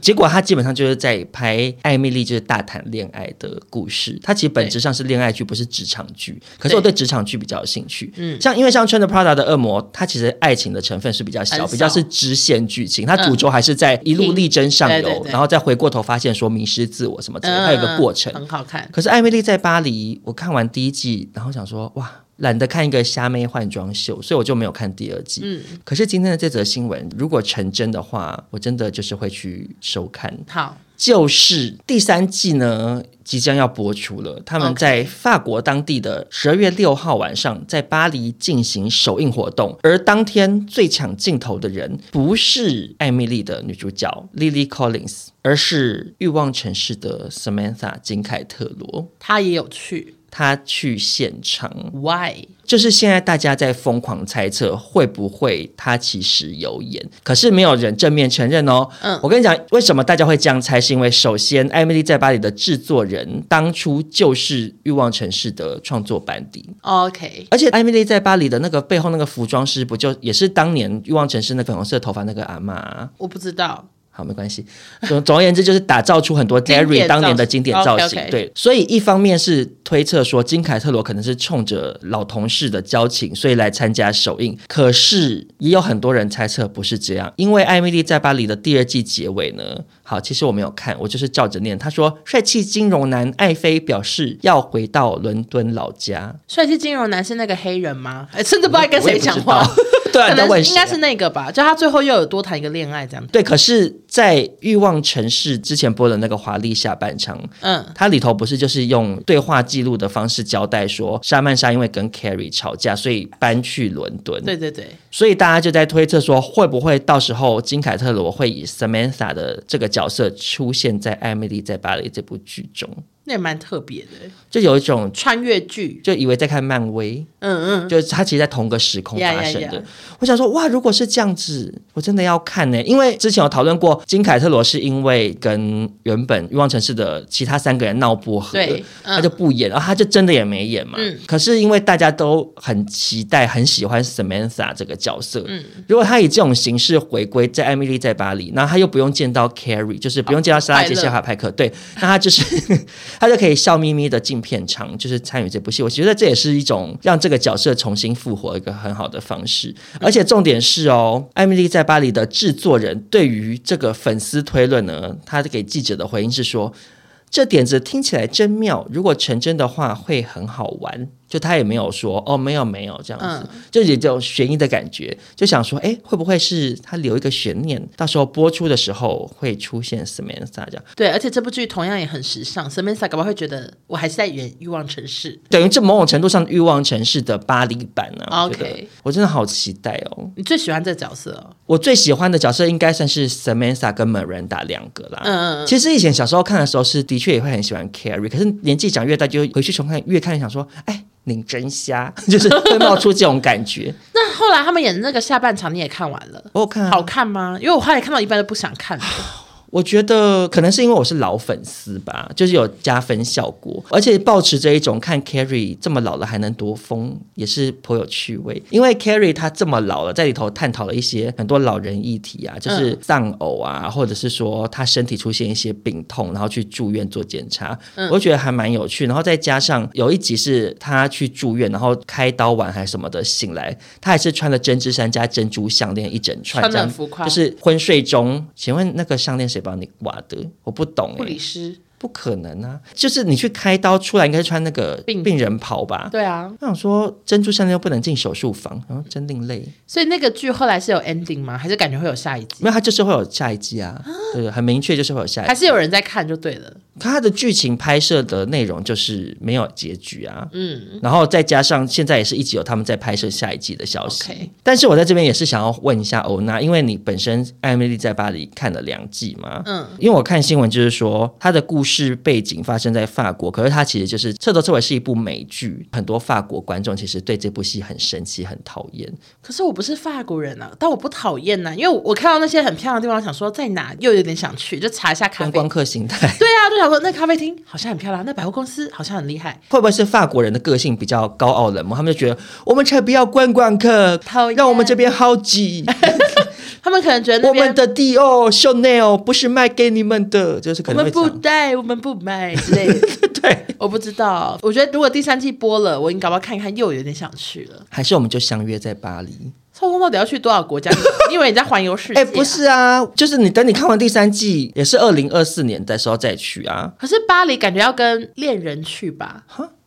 结果她基本上就是在拍艾米丽就是大谈恋爱的故事。它其实本质上是恋爱剧，不是职场剧。可是我对职场剧比较有兴趣。嗯，像因为像穿着 Prada 的恶魔，它其实爱情的成分是比较很小，少比较是支线剧情，它主轴还是在一路力争上游，嗯嗯对对对然后再回过头发现说迷失自我什么之类的，它有一个过程。嗯很好看。可是《艾米丽在巴黎》，我看完第一季，然后想说哇。懒得看一个虾妹换装秀，所以我就没有看第二季。嗯可是今天的这则新闻，如果成真的话，我真的就是会去收看。好，就是第三季呢即将要播出了，他们 OK 在法国当地的十二月六号晚上在巴黎进行首映活动，而当天最抢镜头的人不是艾米丽的女主角 Lily Collins，而是《欲望城市》的 Samantha 金凯特罗，她也有去。她去现场。 Why？就是现在大家在疯狂猜测会不会他其实有演，可是没有人正面承认哦。嗯我跟你讲，为什么大家会这样猜，是因为首先《艾米丽在巴黎》的制作人当初就是《欲望城市》的创作班底。哦 OK，而且艾米丽在巴黎的那个背后那个服装师，不就也是当年《欲望城市》那粉红色头发那个阿啊妈、我不知道。好，没关系。总总而言之，就是打造出很多 d 经 a 典 r y 当年的造型经典造型。 OK，OK 对，所以一方面是推测说金凯特罗可能是冲着老同事的交情，所以来参加首映。可是也有很多人猜测不是这样，因为《艾米丽在巴黎》的第二季结尾呢，好，其实我没有看，我就是照着念。他说，帅气金融男艾菲表示要回到伦敦 [laughs] 老家。帅气金融男是那个黑人吗？哎，甚至不知道跟我也谁不知讲道话。， [laughs] 对啊，可你在能问是应谁啊该是那个吧，就他最后又有多谈一个恋爱这样。对，可是，在《欲望城市》之前播的那个华丽下半场，嗯，它里头不是就是用对话记录的方式交代说，莎曼莎因为跟 Carrie 吵架，所以搬去伦敦。对，对对，所以大家就在推测说，会不会到时候金凯特罗会以 Samantha 的这个角色出现在《艾米丽在巴黎》这部剧中？那也蛮特别的，就有一种穿越剧，就以为在看漫威，嗯嗯，就是它其实，在同个时空 Yeah, 发生的。 yeah, yeah 我想说，哇，如果是这样子，我真的要看呢、因为之前有讨论过，金凯特罗是因为跟原本欲望城市的其他三个人闹不和，对嗯他就不演，然后他就真的也没演嘛。嗯可是因为大家都很期待、很喜欢 Samantha 这个角色，嗯如果他以这种形式回归在《艾米丽在巴黎》，那他又不用见到 Carrie，就是不用见到莎拉杰西卡派克，对，那他就是他就可以笑眯眯的进片场，就是参与这部戏。我觉得这也是一种让这个角色重新复活一个很好的方式。而且重点是哦，《艾米丽在巴黎》的制作人对于这个粉丝推论呢，他给记者的回应是说。这点子听起来真妙，如果成真的话会很好玩。就他也没有说哦，没有没有这样嗯子，就有这种悬疑的感觉，就想说，哎，会不会是他留一个悬念，到时候播出的时候会出现 Samantha 这样？对，而且这部剧同样也很时尚。Samantha 搞不好会觉得我还是在演欲望城市，等于这某种程度上，欲望城市的巴黎版呢、啊？我觉得 OK 我真的好期待哦！你最喜欢这角色哦？我最喜欢的角色应该算是 Samantha 跟 Miranda 两个啦。嗯嗯嗯其实以前小时候看的时候是的确也会很喜欢 Carrie，可是年纪长越大，就回去重看，越看越想说，哎，您真瞎， [laughs] 就是会冒出这种感觉。那后来他们演的那个下半场你也看完了，我有看、好啊，看吗？因为我后来看到一半都不想看了。我觉得可能是因为我是老粉丝吧，就是有加分效果，而且保持着一种看 Carrie 这么老了还能多疯，也是颇有趣味。因为 Carrie 她这么老了，在里头探讨了一些很多老人议题啊，就是丧偶啊，或者是说她身体出现一些病痛，然后去住院做检查，我觉得还蛮有趣。然后再加上有一集是她去住院，然后开刀完还是什么的醒来，她还是穿了针织衫加珍珠项链一整串，穿得这样很浮夸就是昏睡中。请问那个项链谁帮你挂的？我不懂、护理欸，师，不可能啊！就是你去开刀出来，应该是穿那个病病人袍吧？对啊，我想说，珍珠项链又不能进手术房，然后真另类。所以那个剧后来是有 ending 吗？还是感觉会有下一季没？有，它就是会有下一季啊，对，很明确就是会有下一季。还是有人在看就对了。它的剧情拍摄的内容就是没有结局啊，嗯，然后再加上现在也是一直有他们在拍摄下一季的消息。 OK 但是我在这边也是想要问一下欧娜，因为你本身《艾米丽在巴黎》看了两季嘛，嗯，因为我看新闻就是说她的故事背景发生在法国，可是它其实就是彻头彻尾是一部美剧，很多法国观众其实对这部戏很生气、很讨厌。可是我不是法国人啊，但我不讨厌呐，因为我我看到那些很漂亮的地方，我想说在哪，又有点想去，就查一下咖观啡光。客心态对啊，就想说那咖啡厅好像很漂亮，那百货公司好像很厉害。会不会是法国人的个性比较高傲冷漠？他们就觉得我们才不要观光客讨，厌让哦我们这边好挤。他们可能觉得那我边们的 Dior、Chanel 不是卖给你们的，就是可我能们会不讲带，我们不买之类的。 [laughs] 对，我不知道，我觉得如果第三季播了，我应该要看一看，又有点想去了。还是我们就相约在巴黎？超空到底要去多少国家？因为你在环游世界、 [laughs] 哎、啊。不，是啊，就是你等你看完第三季，也是二零二四年的时候再去啊。可是巴黎感觉要跟恋人去吧？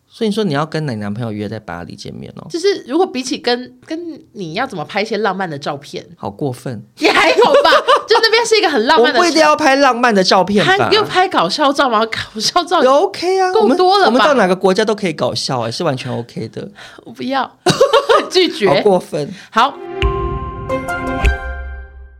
所以你说你要跟你男朋友约在巴黎见面哦，就是如果比起跟跟你要怎么拍一些浪漫的照片， [laughs] 好过分！也还好吧。就那边是一个很浪我漫的，不一定要拍浪漫的照片吧拍？又拍搞笑照吗？搞笑照有 OK 啊，够我们多了吧我们到哪个国家都可以搞笑、哎，是完全 OK 的，我不要， [laughs] 拒绝好。过分。好，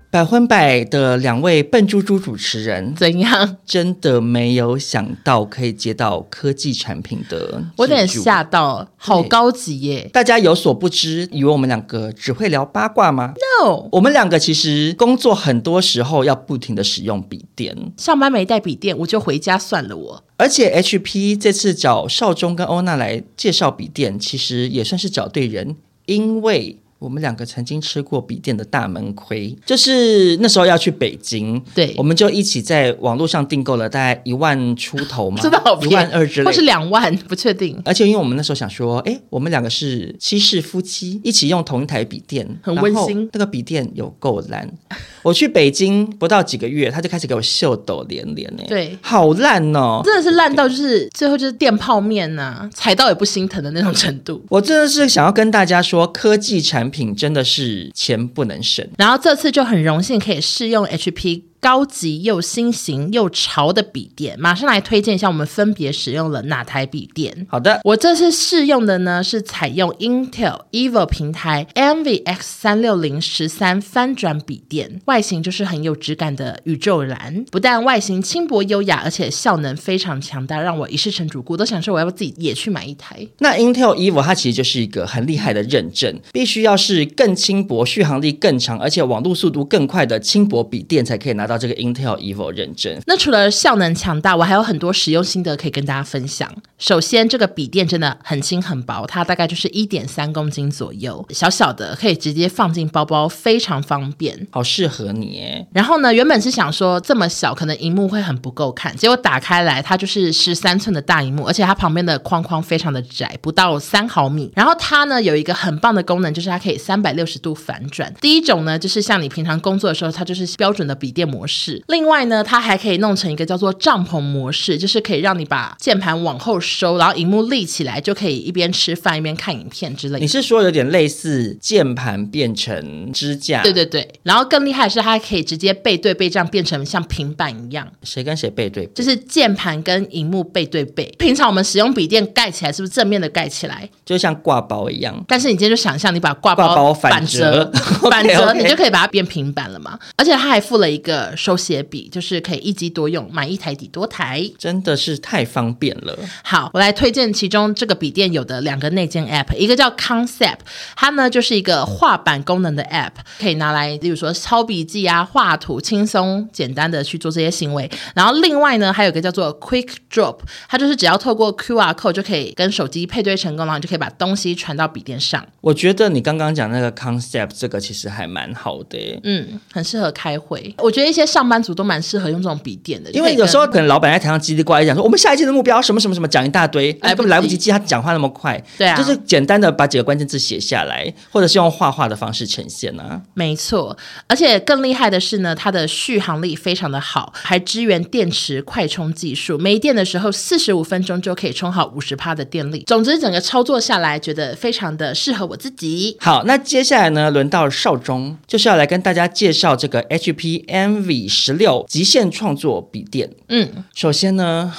百分百的两位笨猪猪主持人，怎样？真的没有想到可以接到科技产品的，我有点。吓到，好高级耶大家有所不知，以为我们两个只会聊八卦吗？ ！No，我们两个其实工作很多时候要不停的使用笔电，上班没带笔电，我就回家算了我。而且 HP 这次找少中跟欧娜来介绍笔电，其实也算是找对人，因为。我们两个曾经吃过笔电的大门亏，就是那时候要去北京，对我们就一起在网络上订购了大概一万出 [laughs] 头嘛，真的好一便宜，万二之类或的，是两万，不确定，而且因为我们那时候想说，哎，我们两个是七世夫妻，一起用同一台笔电，很温馨然后那个笔电有够烂， [laughs] 我去北京不到几个月，他就开始给我秀抖连连哎，对好烂哦。真的是烂到就是最后就是电泡面呐、踩到也不心疼的那种程度。我真的是想要跟大家说，科技产品真的是钱不能省。然后这次就很荣幸可以试用 HP 高级又新型又潮的笔电，马上来推荐一下我们分别使用了哪台笔电。好的，我这次试用的呢是采用 Intel Evo 平台 MVX 三六零十三翻转笔电，外形就是很有质感的宇宙蓝，不但外形轻薄优雅，而且效能非常强大，让我一试成主顾，都想说我要不要自己也去买一台。那 Intel Evo 它其实就是一个很厉害的认证，必须要是更轻薄、续航力更长，而且网络速度更快的轻薄笔电才可以拿到这个 Intel Evo 认证。那除了效能强大，我还有很多使用心得可以跟大家分享。首先，这个笔电真的很轻很薄，它大概就是一点三公斤左右，小小的，可以直接放进包包，非常方便。好适合你耶！然后呢，原本是想说这么小可能荧幕会很不够看，结果打开来它就是十三寸的大荧幕，而且它旁边的框框非常的窄，不到三毫米。然后它呢有一个很棒的功能，就是它可以三百六十度反转。第一种呢就是像你平常工作的时候，它就是标准的笔电模式。另外呢，它还可以弄成一个叫做帐篷模式，就是可以让你把键盘往后收，然后荧幕立起来，就可以一边吃饭一边看影片之类的。你是说有点类似键盘变成支架？对对对，然后更厉害的是，它还可以直接背对背这样变成像平板一样，谁跟谁背对？就是键盘跟荧幕背对背。平常我们使用笔电盖起来，是不是正面的盖起来？就像挂包一样。但是你今天就想象你把挂挂包反反折折， [laughs] 反折 OK，OK 你就可以把它变平板了嘛。而且它还附了一个手写笔，就是可以一机多用，买一台抵多台。真的是太方便了，好，我来推荐其中这个笔电有的两个内建 App，一个叫 Concept，它呢就是一个画板功能的 App，可以拿来，例如说抄笔记啊、画图，轻松简单的去做这些行为。然后另外呢，还有一个叫做 Quick Drop，它就是只要透过 QR code 就可以跟手机配对成功，然后你就可以把东西传到笔电上。我觉得你刚刚讲那个 concept 这个其实还蛮好的欸耶、嗯，很适合开会。我觉得一些上班族都蛮适合用这种笔电的，因为就可以跟有时候可能老板在台上叽里呱啦讲说我们下一季的目标什么什么什么，讲一大堆，来哎，不根及本来不及记，他讲话那么快，对啊就是简单的把几个关键字写下来，或者是用画画的方式呈现啊。没错，而且更厉害的是呢，它的续航力非常的好，还支援电池快充技术，没电的时候四十五分钟就可以充好五十帕的电力。总之，整个操作下来，觉得非常的适合我自己。好，那接下来呢，轮到少中，就是要来跟大家介绍这个 HP MV 十六极限创作笔电。嗯，首先呢，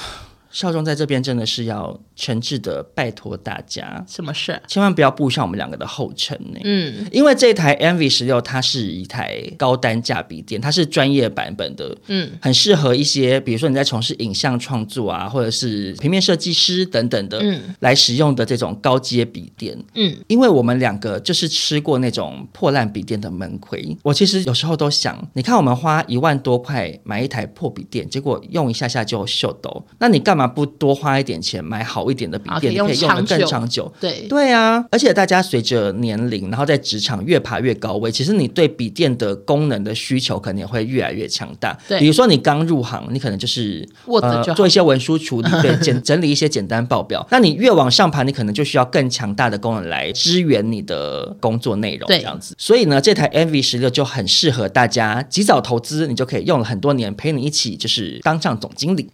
少中在这边真的是要诚挚的拜托大家，什么事？千万不要步上我们两个的后尘呢、嗯，因为这台 MV 十六它是一台高单价笔电，它是专业版本的，嗯嗯，很适合一些比如说你在从事影像创作啊，或者是平面设计师等等的，嗯嗯，来使用的这种高阶笔电，嗯嗯，因为我们两个就是吃过那种破烂笔电的闷亏，我其实有时候都想，你看我们花一万多块买一台破笔电，结果用一下下就锈斗，那你干嘛不多花一点钱买好一点的笔啊可以电，你可以用用的更长久长久？对，对啊，而且大家随着年龄，然后在职场越爬越高位，其实你对笔电的功能的需求可能也会越来越强大。对比如说你刚入行，你可能就是呃握着就好做一些文书处理， [laughs] 对，简整理一些简单报表。那你越往上爬，你可能就需要更强大的功能来支援你的工作内容，对这样子。所以呢，这台 MV 十六就很适合大家及早投资，你就可以用了很多年，陪你一起就是当上总经理。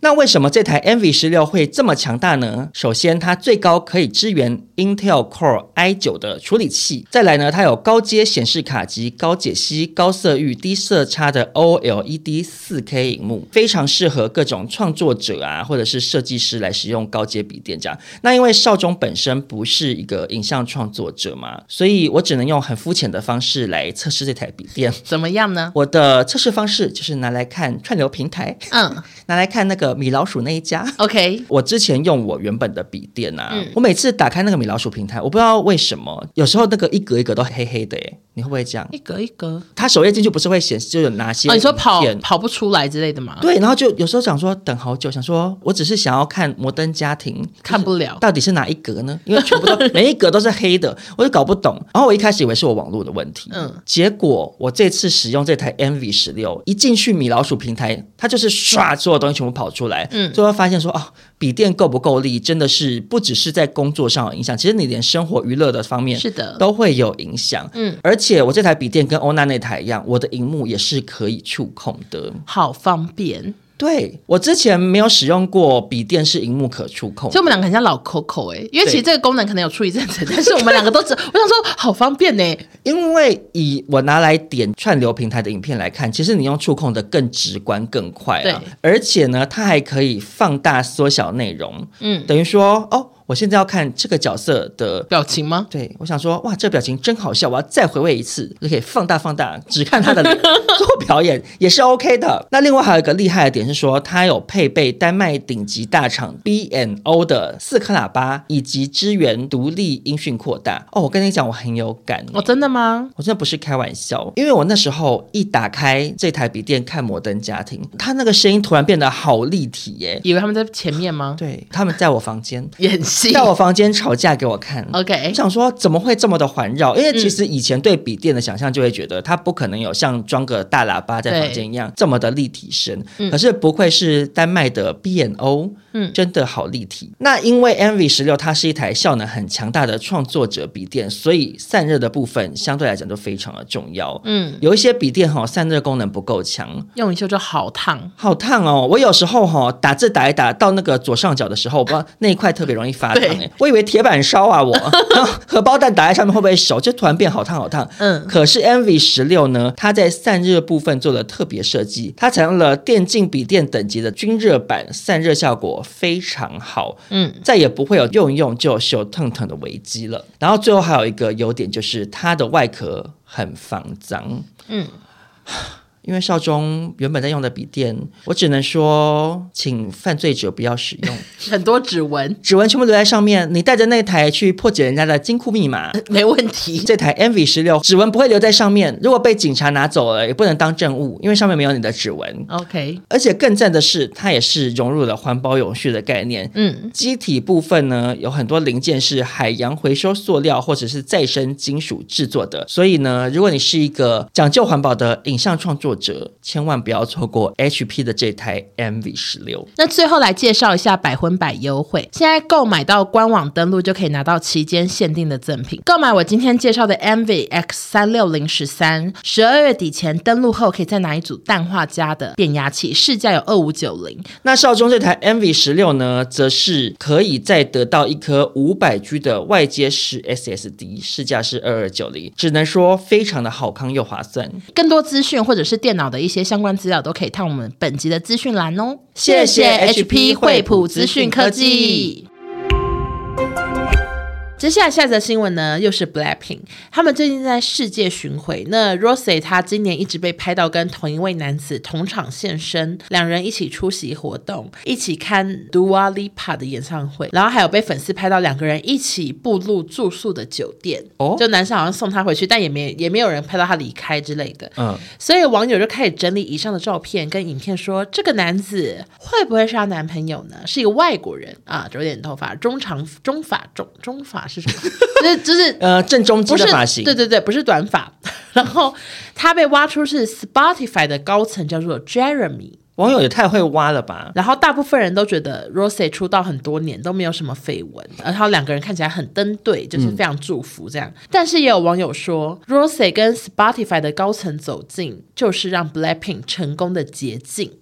那为什么这台 MV 十六会这么强大呢？首先，它最高可以支援 Intel Core i9 的处理器，再来呢，它有高阶显示卡及高解析、高色域、低色差的 E OLED 4K 荧幕，非常适合各种创作者啊，或者是设计师来使用高阶笔电这样。那因为少中本身不是一个影像创作者嘛，所以我只能用很肤浅的方式来测试这台笔电。怎么样呢？我的测试方式就是拿来看串流平台，嗯拿来看那个米老鼠那一家。 [laughs] ，OK，我之前用我原本的笔电啊，嗯我每次打开那个米老鼠平台，我不知道为什么，有时候那个一格一格都黑黑的耶，你会不会这样？一格一格。它首页进去不是会显示就有哪些哦，你说跑影片跑不出来之类的吗？，对，然后就有时候想说等好久，想说我只是想要看《摩登家庭》，看不了。到底是哪一格 [laughs] 呢？因为全部都每一格都是黑的，我就搞不懂。然后我一开始以为是我网络的问题，嗯嗯，结果我这次使用这台 MV 十六，一进去米老鼠平台，它就是唰，所有东西全部跑出来，嗯嗯，最后发现说哦，笔电够不够力，真的是不只是在工作上有影响，其实你连生活娱乐的方面是的都会有影响，嗯嗯，而且我这台笔电跟欧娜那台一样，我的荧幕也是可以触控的，好方便，对我之前没有使用过比电视荧幕可触控所以，我们两个很像老 Coco 哎、因为其实这个功能可能有出一阵子，但是我们两个都只，我想说好方便呢、欸因为以我拿来点串流平台的影片来看，其实你用触控的更直观、更快啊对，而且呢，它还可以放大、缩小内容，嗯，等于说，哦，我现在要看这个角色的。表情吗？对，我想说，哇，这表情真好笑，我要再回味一次，就可以放大放大，只看他的脸做表演也是 OK 的。那另外还有一个厉害的点是说，它有配备丹麦顶级大厂 B N O 的四颗喇叭，以及支援独立音讯扩大。哦，我跟你讲，我很有感欸、哦，真的吗？我真的不是开玩笑，因为我那时候一打开这台笔电看《摩登家庭》，它那个声音突然变得好立体耶！以为他们在前面吗？对他们在我房间， [laughs] 演戏在我房间吵架给我看。 ，OK，嗯我想说怎么会这么的环绕？因为其实以前对笔电的想象就会觉得它不可能有像装个大喇叭在房间一样这么的立体声。嗯可是不愧是丹麦的 B N O，嗯真的好立体。那因为 Envy 十六它是一台效能很强大的创作者笔电，所以散热的部分相对来讲就非常的重要。嗯，有一些笔电哈、散热功能不够强，用一下就好烫，好烫哦！我有时候哈、打字打一打到那个左上角的时候，我不知道那一块特别容易发烫对哎，我以为铁板烧 [laughs] 啊我，然后荷包蛋打在上面会不会熟？就突然变好烫好烫。嗯可是 Envy 十六呢，它在散热部分做了特别设计，它采用了电竞笔电等级的均热板，散热效果非常好。嗯，再也不会有用一用就手腾腾的危机了。然后最后还有一个优点就是它的外壳很防脏，嗯， [sighs] 因为少中原本在用的笔电，我只能说，请犯罪者不要使用，很多指纹，指纹全部留在上面。你带着那台去破解人家的金库密码。没问题。这台 Envy 十六指纹不会留在上面，如果被警察拿走了，也不能当证物，因为上面没有你的指纹。 OK，而且更赞的是，它也是融入了环保永续的概念，嗯，机体部分呢，有很多零件是海洋回收塑料或者是再生金属制作的，所以呢，如果你是一个讲究环保的影像创作者，千万不要错过 HP 的这台 MV 十六。那最后来介绍一下百分百优惠，现在购买到官网登录就可以拿到期间限定的赠品。购买我今天介绍的 MV X 三六零十三，十二月底前登录后可以再拿一组氮化镓的变压器，市价有二五九零，那少中这台 MV 十六呢，则是可以再得到一颗五百 G 的外接式 SSD，市价是二二九零，只能说非常的好康又划算。更多资讯或者是电脑的一些相关资料，都可以看我们本集的资讯栏哦。谢谢 HP 惠普资讯科技。接下来下则新闻呢，又是 Blackpink，他们最近在世界巡回。那 Rosé 她今年一直被拍到跟同一位男子同场现身，两人一起出席活动，一起看 Dua Lipa 的演唱会，然后还有被粉丝拍到两个人一起步入住宿的酒店。哦就男生好像送她回去，但也没也没有人拍到她离开之类的。嗯，所以网友就开始整理以上的照片跟影片说，这个男子会不会是她男朋友呢？是一个外国人啊，有点头发，中长中发中中发是什 [laughs] 么？就是就是呃，正中不间是的发型，对对对，不是短发。 [laughs] 然后他被挖出是 Spotify 的高层，叫做 Jeremy。网友也太会挖了吧？然后大部分人都觉得 Rose 出道很多年都没有什么绯闻，然后两个人看起来很登对，就是非常祝福这样。但是也有网友说，Rose 跟 Spotify 的高层走近，就是让 Blackpink 成功的捷径。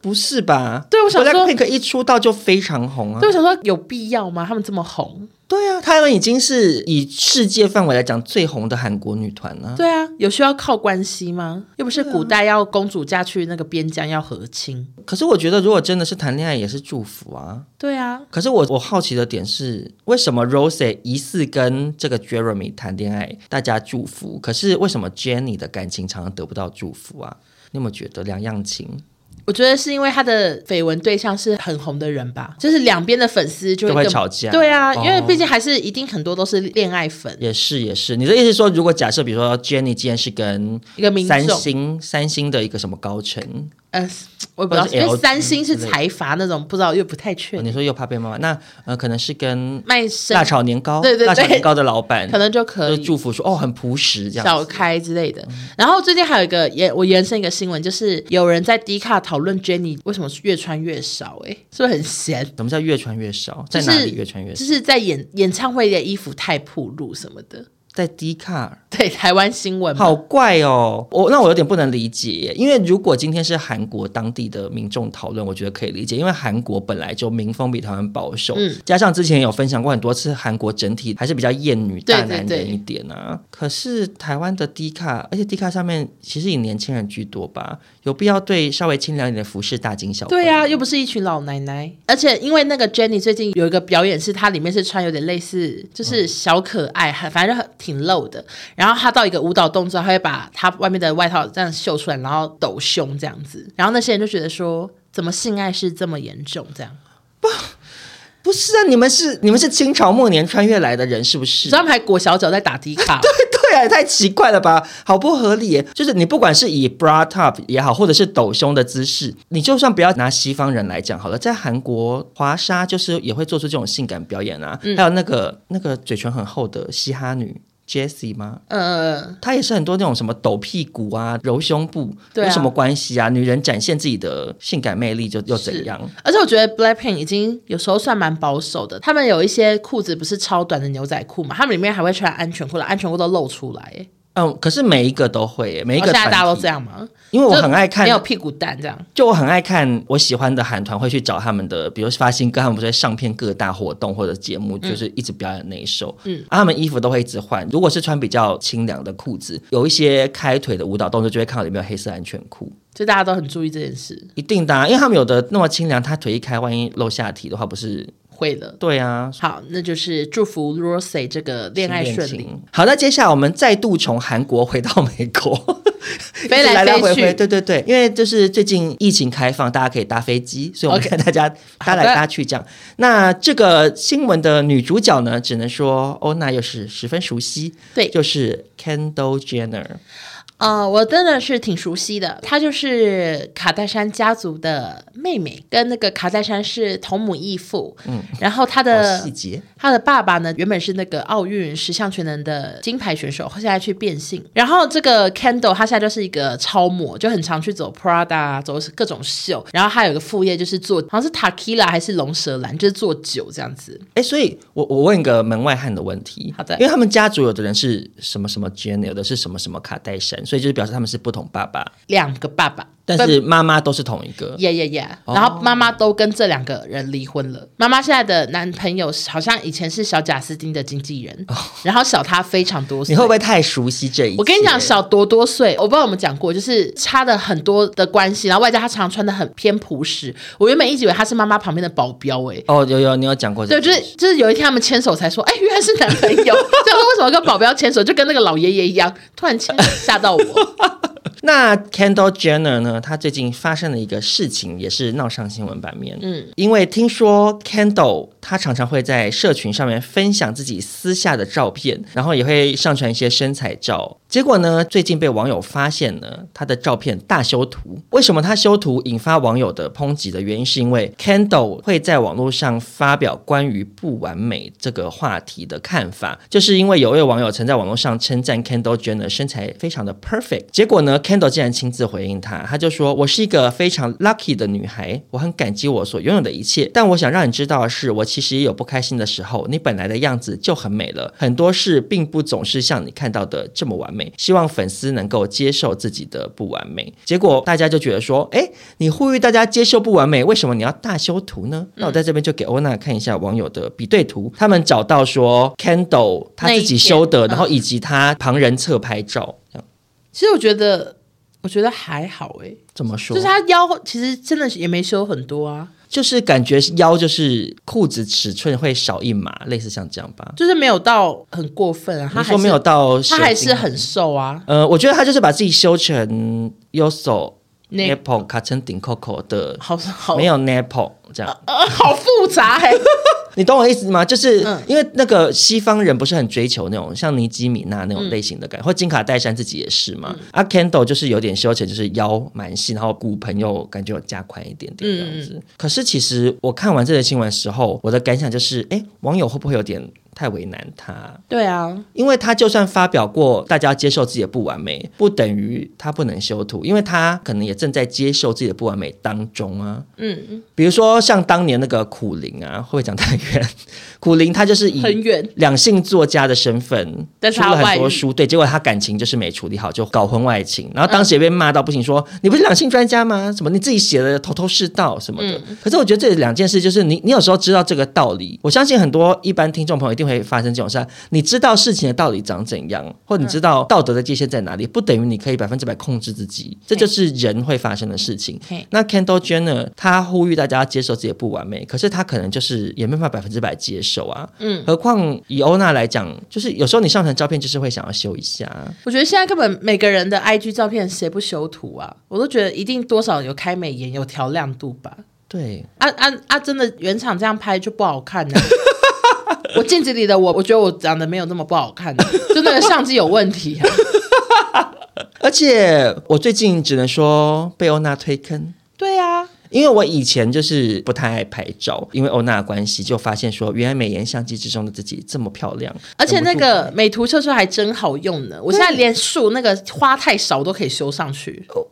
不是吧？对我想说 Blackpink 一出道就非常红啊所以。我想说，有必要吗？他们这么红？对啊，他们已经是以世界范围来讲最红的韩国女团了、对啊，有需要靠关系吗？又不是古代要公主嫁去那个边疆要和亲。可是我觉得，如果真的是谈恋爱，也是祝福啊。对啊，可是我我好奇的点是，为什么 Rose 疑似跟这个 Jeremy 谈恋爱，大家祝福？可是为什么 Jenny 的感情常常得不到祝福啊？你有没有觉得两样情？我觉得是因为他的绯闻对象是很红的人吧，就是两边的粉丝就会就会更吵架对啊，哦因为毕竟还是一定很多都是恋爱粉，也是也是，你的意思是说，如果假设比如说 Jenny 今天是跟一个民三众星三星的一个什么高层，呃，我也不知道，或者是因为 LG 三星是财阀那种，不知道又不太确哦定你说又怕被骂吗？那呃，可能是跟卖身辣炒年糕，对对对辣炒年糕的老 [laughs] 板，可能就可就以。祝福说哦，很朴实这小样子。嗯开之类的，然后最近还有一个也我延伸一个新闻，就是有人在 D 卡讨论 Jenny 为什么越穿越少、欸，哎，是不是很闲？什么叫越穿越少？就在是哪里越穿越就少？是在演演唱会的衣服太暴露什么的，在 D 卡，对台湾新闻嘛，好怪哦。我那我有点不能理解耶，因为如果今天是韩国当地的民众讨论，我觉得可以理解，因为韩国本来就民风比台湾保守，嗯加上之前有分享过很多次，韩国整体还是比较厌女、对大男对对人一点啊。可是台湾的 D 卡，而且 D 卡上面其实以年轻人居多吧，有必要对稍微清凉一点的服饰大惊小怪吗？对啊，又不是一群老奶奶，而且因为那个 Jenny 最近有一个表演，是她里面是穿有点类似，就是嗯小可爱，还反正很挺露的。然后她到一个舞蹈动作，她会把她外面的外套这样秀出来，然后抖胸这样子。然后那些人就觉得说，怎么性爱是这么严重？这样，不是啊，你们是你们是清朝末年穿越来的人是不是啊所以？他们还裹小脚在打低 [laughs] 卡。对啊，也太奇怪了吧，好不合理耶。就是你不管是以 bra top 也好，或者是抖胸的姿势，你就算不要拿西方人来讲好了，在韩国华沙就是也会做出这种性感表演啊。嗯还有那个那个嘴唇很厚的嘻哈女 Jessie 吗？嗯，她也是很多那种什么抖屁股啊、揉胸部，对啊有什么关系啊？女人展现自己的性感魅力就又怎样？而且我觉得 Blackpink 已经有时候算蛮保守的，他们有一些裤子不是超短的牛仔裤嘛，他们里面还会穿安全裤了，安全裤都露出来耶。嗯，可是每一个都会耶，每一哦个现在团大家都体这，样吗？因为我很爱看没有屁股蛋这样。就我很爱看我喜欢的韩团，会去找他们的，比如发新歌，他们不是会上片各大活动或者节目，就是一直表演那一首。嗯，啊、他们衣服都会一直换。如果是穿比较清凉的裤子，有一些开腿的舞蹈动作，就会看到里面有黑色安全裤。就大家都很注意这件事，一定的、啊，因为他们有的那么清凉，他腿一开，万一露下体的话，不是？会了。对啊，好，那就是祝福 Rosé 这个恋爱顺利，。好，那接下来我们再度从韩国回到美国，飞来一直来飞回去回。对对对，因为就是最近疫情开放，大家可以搭飞机，所以我们 OK 看大家搭来好的搭去这样。那这个新闻的女主角呢，只能说欧娜又是十分熟悉，对就是 Kendall Jenner。呃，我真的是挺熟悉的，她就是卡戴珊家族的妹妹，跟那个卡戴珊是同母异父。嗯，然后她好的细节，他的爸爸呢，原本是那个奥运十项全能的金牌选手，后现在去变性。然后这个 Kendall 他现在就是一个超模，就很常去走 Prada 啊，走各种秀。然后他有一个副业就是做，好像是 Takila 还是龙舌兰，就是做酒这样子。哎，所以我我问一个门外汉的问题，好的因为他们家族有的人是什么什么 Jenner，有的是什么什么卡戴珊，所以就是表示他们是不同爸爸，两个爸爸，但是哦妈妈都是同一个。耶耶耶！然后妈妈都跟这两个人离婚了。妈妈现在的男朋友好像以前是小贾斯汀的经纪人，然后小他非常多岁。哦你会不会太熟悉这一切？我跟你讲，小多多岁，我不知道我们讲过，就是差的很多的关系，然后外加她常常穿的很偏朴实。我原本一直以为她是妈妈旁边的保镖、欸，哦，有有，你有讲过这对，个就是就是有一天他们牵手才说，哎、原来是男朋 [laughs] 友。所以我说为什么跟保镖牵手，就跟那个老爷爷一样，突然牵手吓到我。 [laughs] 那 Kendall Jenner 呢？她最近发生了一个事情，也是闹上新闻版面。嗯，因为听说 Kendall 她常常会在社群上面分享自己私下的照片，然后也会上传一些身材照。结果呢，最近被网友发现呢，她的照片大修图。为什么她修图引发网友的抨击的原因，是因为 Kendall 会在网络上发表关于不完美这个话题的看法，就是因为有位网友曾在网络上称赞 Kendall Jenner 身材非常的 perfect，结果呢，Kendall 竟然亲自回应他，他就说：“我是一个非常 lucky 的女孩，我很感激我所拥有的一切，但我想让你知道的是，我其实也有不开心的时候，你本来的样子就很美了，很多事并不总是像你看到的这么完美。希望粉丝能够接受自己的不完美。”结果大家就觉得说：“哎，你呼吁大家接受不完美，为什么你要大修图呢？”嗯那我在这边就给欧娜看一下网友的比对图，他们找到嗯说 Kendall 他自己修那的，一天然后以及他旁人侧拍照，这样 [laughs] 其实我觉得，我觉得还好、欸，怎么说？就是她腰其实真的也没修很多啊，就是感觉腰就是裤子尺寸会少一码，类似像这样吧。就是没有到很过分啊。她你还说是没有，到，她还是很。瘦啊。呃，我觉得他就是把自己修成 Yoso 那 Apple 卡成顶 Coco 的，好好没有 Apple 这样。呃，好复杂 [laughs] 哎、你懂我意思吗？就是、嗯因为那个西方人不是很追求那种像尼基米娜那种类型的感觉，或金卡戴珊自己也是嘛。啊，Kendall 就是有点修成，就是腰蛮细，然后骨盆又感觉有加宽一点点这样子。可是其实我看完这个新闻的时候，我的感想就是，哎，网友会不会有点？太为难他，对啊，因为他就算发表过，大家接受自己的不完美，不等于他不能修图，因为他可能也正在接受自己的不完美当中啊。嗯，比如说像当年那个苦灵啊，会不会讲太远？苦灵他就是以很远两性作家的身份但是出他了外很遇多书，对，结果他感情就是没处理好，就搞婚外情，然后当时也被骂到不行说，你不是两性专家吗？什么你自己写的头头是道什么的。嗯可是我觉得这两件事就是你，你有时候知道这个道理，我相信很多一般听众朋友一定会发生这种事啊。你知道事情的道理长怎样，或嗯你知道道德的界限在哪里，不等于你可以百分之百控制自己，这就是人会发生的事情嘿。那 Kendall Jenner 他呼吁大家接受自己的不完美，可是他可能就是也没办法百分之百接受啊。嗯，何况以欧娜来讲，就是有时候你上传照片就是会想要修一下，我觉得现在根本每个人的 IG 照片谁不修图啊？我都觉得一定多少有开美颜，有调亮度吧。对。啊啊啊！真的原厂这样拍就不好看 [laughs] 呢、我镜子里的我，我觉得我长得没有那么不好看、就那个相机有问 [laughs] 题、啊。而且我最近只能说被欧娜推坑。对啊，因为我以前就是不太爱拍照，因为欧娜的关系，就发现说，原来美颜相机之中的自己这么漂亮，而且那忍不个美图秀秀还真好用呢。我现在连树那个花太少都可以修上去，住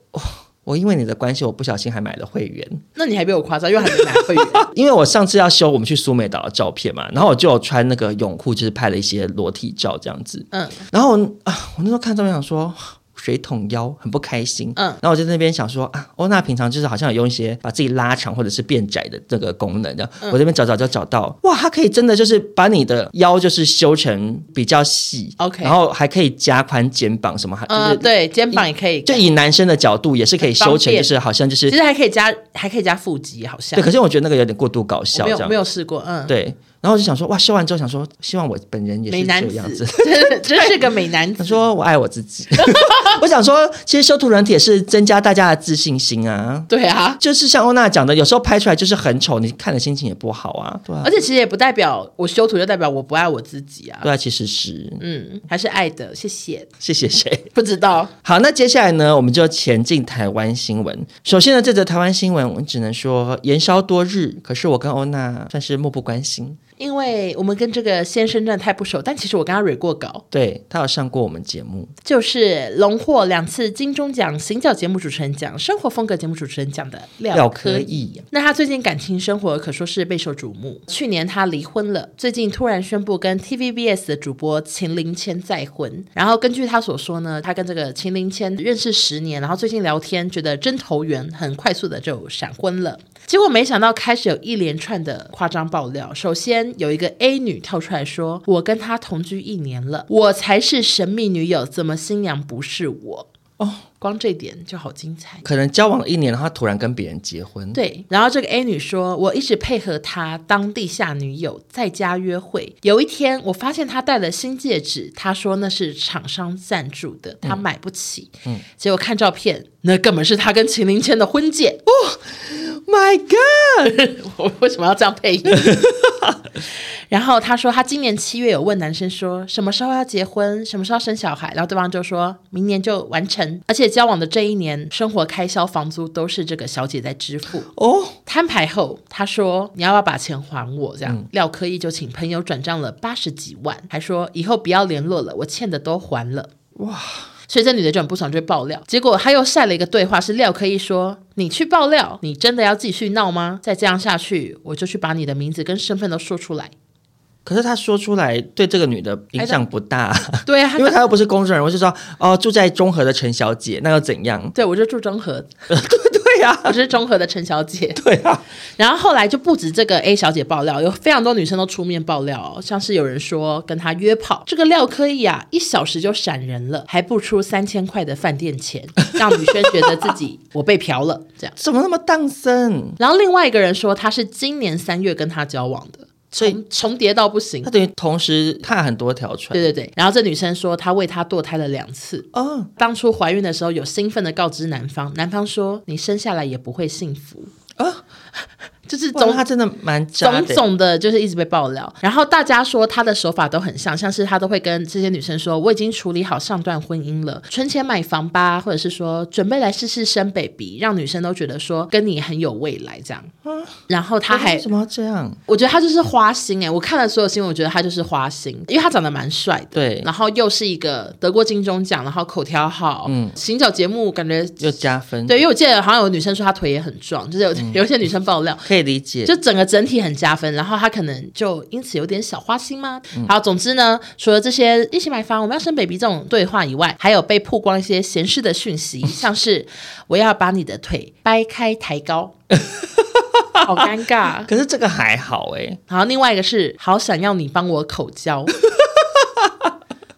我因为你的关系，我不小心还买了会员，那你还比我夸张，因为还没拿会员。 [laughs] 因为我上次要修我们去苏梅岛的照片嘛，然后我就有穿那个泳裤，就是拍了一些裸体照这样子，嗯，然后我啊，我那时候看照片想说。水桶腰很不开心，嗯嗯，然后我就在那边想说啊，欧娜平常就是好像有用一些把自己拉长或者是变窄的这个功能的，嗯我这边找找就找到，哇，它可以真的就是把你的腰就是修成比较细 OK 然后还可以加宽肩膀什么，还就是、嗯，对，肩膀也可以改，就以男生的角度也是可以修成，就是好像就是其实还可以加，还可以加腹肌，好像对，可是我觉得那个有点过度搞我笑，没这有样没有试过，嗯，，对，然后我就想说哇，修完之后想说，希望我本人也美是男这样 [laughs] 子子，， [laughs] 真真是个美男他子。说：“我爱我自己。” [laughs] 我想说，其实修图软体也是增加大家的自信心啊。对啊，就是像欧娜讲的，有时候拍出来就是很丑，你看了心情也不好啊。对啊而，且其实也不代表我修图就代表我不爱我自己啊，对啊，其实是嗯，还是爱的，谢谢。谢谢谁。不知道，好，那接下来呢，我们就前进台湾新闻。首先呢，这则台湾新闻，我只能说延烧多日，可是我跟欧娜算是漠不关心。因为我们跟这个先生真的太不熟，但其实我跟他蕊过稿，对她有上过我们节目，就是荣获两次金钟奖行脚节目主持人奖、生活风格节目主持人奖的廖科科义。意那他最近感情生活可说是备受瞩目。去年他离婚了，最近突然宣布跟 TVBS 的主播秦林谦再婚。然后根据他所说呢，他跟这个秦林谦认识十年，然后最近聊天觉得真投缘，很快速的就闪婚了。结果没想到开始有一连串的夸张爆料。首先有一个 A 女跳出来说：“我跟他同居一年了，我才是神秘女友，怎么新娘不是我？”哦，光这点就好精彩。可能交往了一年，然后她突然跟别人结婚。对，然后这个 A 女说，我一直配合他当地下女友，在家约会。有一天，我发现他戴了新戒指，他说那是厂商赞助的，他买不起。嗯，结果看照片，那根本是他跟秦林谦的婚戒。 ，My God！我为什么要这样配音？ [laughs] 然后他说，他今年七月有问男生说什么时候要结婚，什么时候要生小孩，然后对方就说明年就完成，而且交往的这一年，生活开销、房租都是这个小姐在支付。哦，摊牌后，他说：“你要不要把钱还我？”这嗯样，廖科义就请朋友转账了八十几万，还说以后不要联络了，我欠的都还了。哇！所以这女的就很不爽，就爆料。结果他又晒了一个对话，是廖科义说：“你去爆料，你真的要继续闹吗？再这样下去，我就去把你的名字跟身份都说出来。可是他说出来对这个女的影响不大，”对啊，？因为他又不是公众人物，就说哦住在中和的陈小姐，那又怎样对我就住中 [laughs] 和，对呀、我是中和的陈小姐。 [laughs] 对啊，然后后来就不止这个 A 小姐爆料，有非常多女生都出面爆料、哦，像是有人说跟她约炮，这个廖科义啊，一小时就闪人了，还不出三千块的饭店钱，让女生觉得自己我被嫖了这样。怎么那么荡生？然后另外一个人说他是今年三月跟他交往的，所以重重叠到不行他。等于同时踏很多条船对。对对，然后这女生说她为他堕胎了两次，哦，当初怀孕的时候有兴奋的告知男方，男方说你生下来也不会幸福啊， [laughs] 就就是总总他真的蛮渣种的。种的，就是一直被爆料。然后大家说他的手法都很像，像是他都会跟这些女生说：“我已经处理好上段婚姻了，存钱买房吧，或者是说准备来试试生 baby，让女生都觉得说跟你很有未来这样。”然后他还为什么啊要这样？我觉得他就是花心哎、我看了所有新闻，我觉得他就是花心，因为他长得蛮帅的，对然后又是一个得过金钟奖，然后口条好，嗯，行脚节目感觉又加分，对，因为我记得好像有女生说她腿也很壮，就是有、有一些女生爆料，可以理解。就整个整体很加分，然后他可能就因此有点小花心吗？好，总之呢，除了这些一起买房，我们要生 baby 这种对话以外，还有被曝光一些闲适的讯息，像是我要把你的腿掰开抬高，好尴尬。啊可是这个还好哎、然后另外一个是好想要你帮我口 [laughs] 交，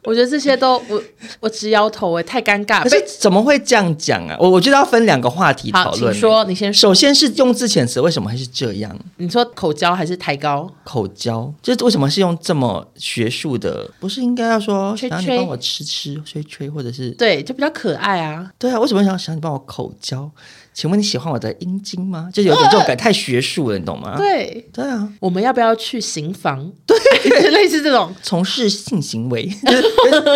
我觉得这些都我我直摇头哎、太尴尬。可被是怎么会这样讲啊？我我觉得要分两个话题好，讨请论。欸说，你先说，首先是用字遣词，为什么会是这样？你说口交还是抬高？口交，就是为什么是用这么学术的？不是应该要说吹想要你吹帮我吃吃吹吹，或者是对，就比较可爱啊。对啊？为什么想想你帮我口交？请问你喜欢我的阴茎吗？就有点这种感，太学术了，你懂吗？对，对啊，我们要不要去刑房？对， [laughs] 类似这种。从事性行为。就是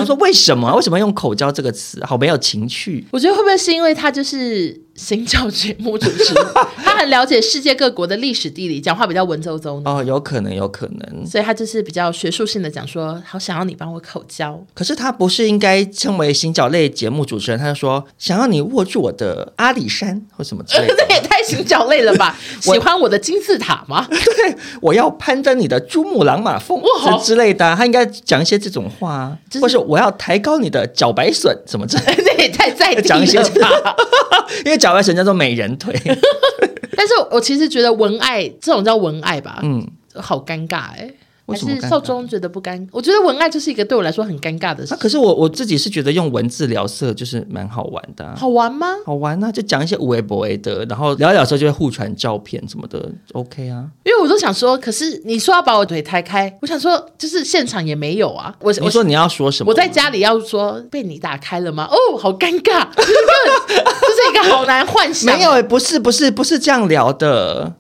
我说为什么啊？为什么用口交这个词？好没有情趣。我觉得会不会是因为他就是行脚节目主 [laughs] 持人，他很了解世界各国的历史地理，讲话比较文绉绉呢，哦，有可能，有可能。所以他就是比较学术性的讲说，好想要你帮我口交。可是他不是应该称为行脚类节目主持人？他就说想要你握住我的阿里山或什么之类 [laughs] [laughs] 的。这也太行脚类了吧？喜欢我的金字塔吗？我要攀登你的珠穆朗玛峰哇之之类的啊、他应该讲一些这种话、啊，就是或是我要抬高你的脚白笋什么之类的 [laughs] 这也太在地讲一些了吧？因为脚白笋叫做美人腿， [laughs] 但是我其实觉得文爱这种叫文爱吧，嗯，好尴尬哎、为还什么是尴尬少中觉得不尴，我觉得文爱就是一个对我来说很尴尬的事啊，，可是我我自己是觉得用文字聊色就是蛮好玩的啊、好玩吗？好玩啊，就讲一些无为不为的，然后聊一聊之后就会互传照片什么的，OK 啊。因为我都想说，可是你说要把我腿抬开，我想说就是现场也没有啊。我你我说你要说什么？我在家里要说被你打开了吗？哦，好尴尬，这是一个这是一个好难幻想。没有、欸，不是不是不是这样 [laughs] 聊的。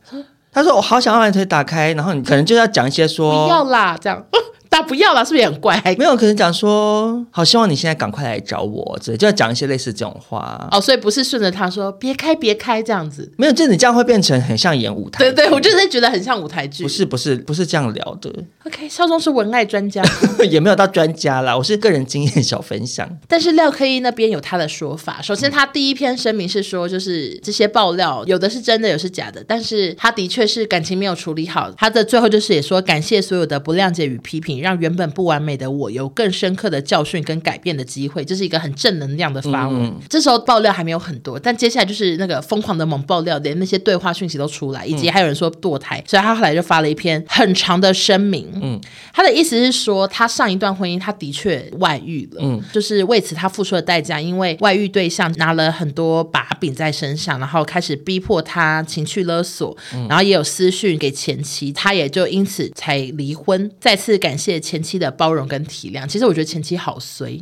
他说我哦好想要把你腿打开，然后你可能就要讲一些不要说。啦，这样打不要啦，是不是也很怪？还没有，可能讲说，好希望你现在赶快来找我，之类，就要讲一些类似这种话。哦，所以不是顺着他说别开别开这样子。没有，就你这样会变成很像演舞台。对对，我就是觉得很像舞台剧。不是不是不是这样聊的， [laughs] OK，少宗是文爱专家， [laughs] 也没有到专家啦，我是个人经验小分享。但是廖科一那边有他的说法。首先，他第一篇声明是说，就是这些爆料有的是真的，有的是假的，但是他的确是感情没有处理好。他的最后就是也说，感谢所有的不谅解与批评，让原本不完美的我有更深刻的教训跟改变的机会，这是一个很正能量的发文。嗯这时候爆料还没有很多，但接下来就是那个疯狂的猛爆料，连那些对话讯息都出来，以及还有人说堕胎，所以他后来就发了一篇很长的声明。嗯，他的意思是说，他上一段婚姻他的确外遇了，嗯，就是为此他付出了代价，因为外遇对象拿了很多把柄在身上，然后开始逼迫他情绪勒索，然后也有私讯给前妻，他也就因此才离婚。再次感谢前妻的包容跟体谅。其实我觉得前妻好衰，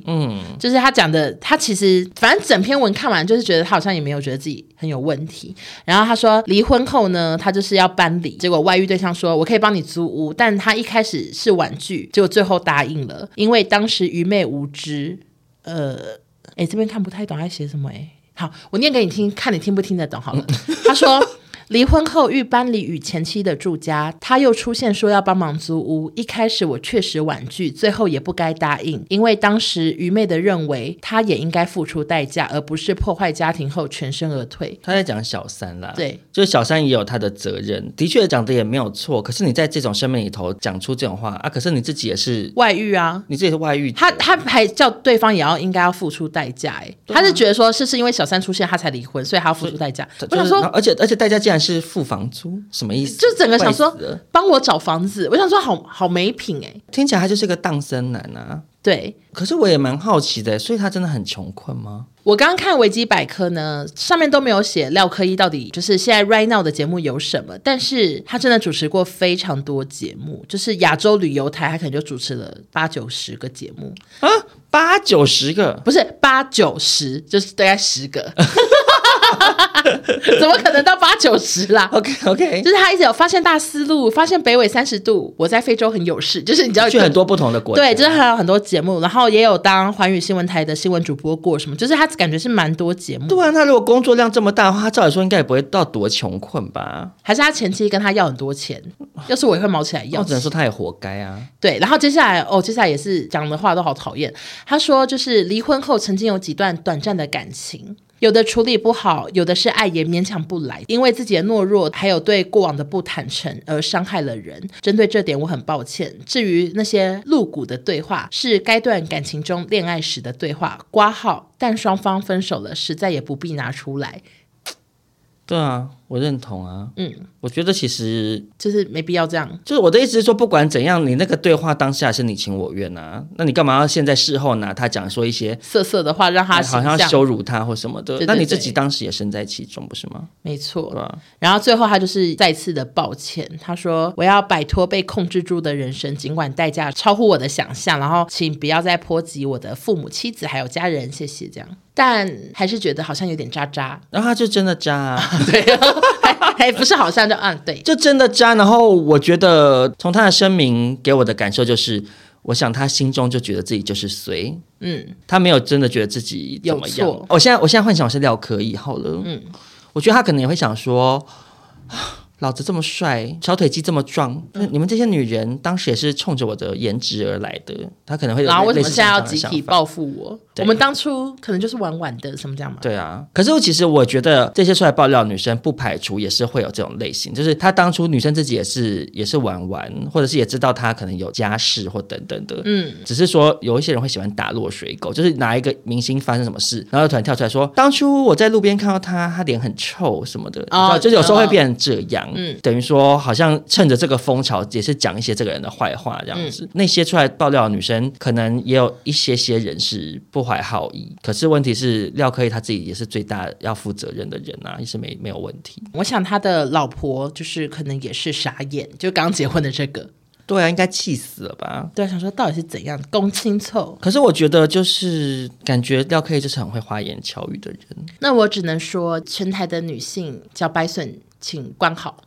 就是他讲的，他其实反正整篇文看完，就是觉得他好像也没有觉得自己很有问题。然后他说离婚后呢，他就是要搬离，结果外遇对象说我可以帮你租屋，但他一开始是婉拒，结果最后答应了，因为当时愚昧无知。呃，哎，这边看不太懂他写什么哎。好，我念给你听，看你听不听得懂好了。他说。离婚后欲搬离与前妻的住家，他又出现说要帮忙租屋。一开始我确实婉拒，最后也不该答应，因为当时愚昧的认为他也应该付出代价，而不是破坏家庭后全身而退。他在讲小三啦，对，就是小三也有他的责任，的确讲的也没有错。可是你在这种生命里头讲出这种话啊，可是你自己也是，外遇啊，你自己也是外遇者，他他还叫对方也要应该要付出代价、欸，他是觉得说是是因为小三出现他才离婚，所以他要付出代价。就我想是说然后而且而且代价竟然是付房租，什么意思？就整个想说怪死了帮我找房子，我想说好好没品哎、听起来他就是个荡生男啊。对。可是我也蛮好奇的，所以他真的很穷困吗？我刚刚看维基百科呢，上面都没有写廖科一到底就是现在 right now 的节目有什么，但是他真的主持过非常多节目，就是亚洲旅游台，他可能就主持了八九十个节目，啊，八九十个，不是八九十，就是大概十个。 [laughs] 怎么可能到八九十啦？ OK OK，就是他一直有发现大思路，发现北纬三十度，我在非洲很有事，就是你知道去很多不同的国家，对，就是还有很多节目，然后也有当环宇新闻台的新闻主播过什么，就是他感觉是蛮多节目。对啊，他如果工作量这么大的话，他照理说应该也不会到多穷困吧？还是他前妻跟他要很多钱，要是我也会毛起来要。哦我只能说他也活该啊。对，然后接下来哦，接下来也是讲的话都好讨厌。他说就是离婚后曾经有几段短暂的感情。有的处理不好，有的是爱也勉强不来，因为自己的懦弱，还有对过往的不坦诚而伤害了人。针对这点，我很抱歉。至于那些露骨的对话，是该段感情中恋爱时的对话，挂号，但双方分手了，实在也不必拿出来。对啊，我认同啊。嗯，我觉得其实就是没必要这样。就是我的意思是说，不管怎样，你那个对话当下是你情我愿啊，那你干嘛要现在事后拿他讲说一些哎色色的话，让他好像羞辱他或什么的？对对对那你自己当时也身在其中，不是吗？没错。对吧？然后最后他就是再次的抱歉，他说：“我要摆脱被控制住的人生，尽管代价超乎我的想象。然后请不要再波及我的父母、妻子还有家人，谢谢。”这样，但还是觉得好像有点渣 [laughs] 渣。然后他就真的渣、啊，对，还还不是好像就嗯对，就真的渣。然后我觉得从他的声明给我的感受就是，我想他心中就觉得自己就是随，嗯，他没有真的觉得自己怎么样有错。我现在我现在幻想我是廖可以好了，嗯，我觉得他可能也会想说。 [sighs] 老子这么帅，小腿肌这么壮，嗯那你们这些女人当时也是冲着我的颜值而来的，他可能会有然后为什类么似现在像要这样的集想体法报复我？对我们当初可能就是玩玩的，什么这样嘛？对啊，可是我其实我觉得这些出来爆料的女生，不排除也是会有这种类型，就是她当初女生自己也是也是玩玩，或者是也知道她可能有家室或等等的，嗯，只是说有一些人会喜欢打落水狗，就是拿一个明星发生什么事，然后突然跳出来说，当初我在路边看到她，她脸很臭什么的，哦哦、就是有时候嗯会变成这样，嗯等于说好像趁着这个风潮，也是讲一些这个人的坏话这样子。那些出来爆料的女生，可能也有一些些人是不怀好意，可是问题是廖科义他自己也是最大要负责任的人啊，也是没没有问题。我想他的老婆就是可能也是傻眼，就刚结婚的这个，对啊，应该气死了吧？对啊，想说到底是怎样公亲凑？可是我觉得就是感觉廖科义就是很会花言巧语的人，啊那我只能说，全台的女性脚白笋，请关好。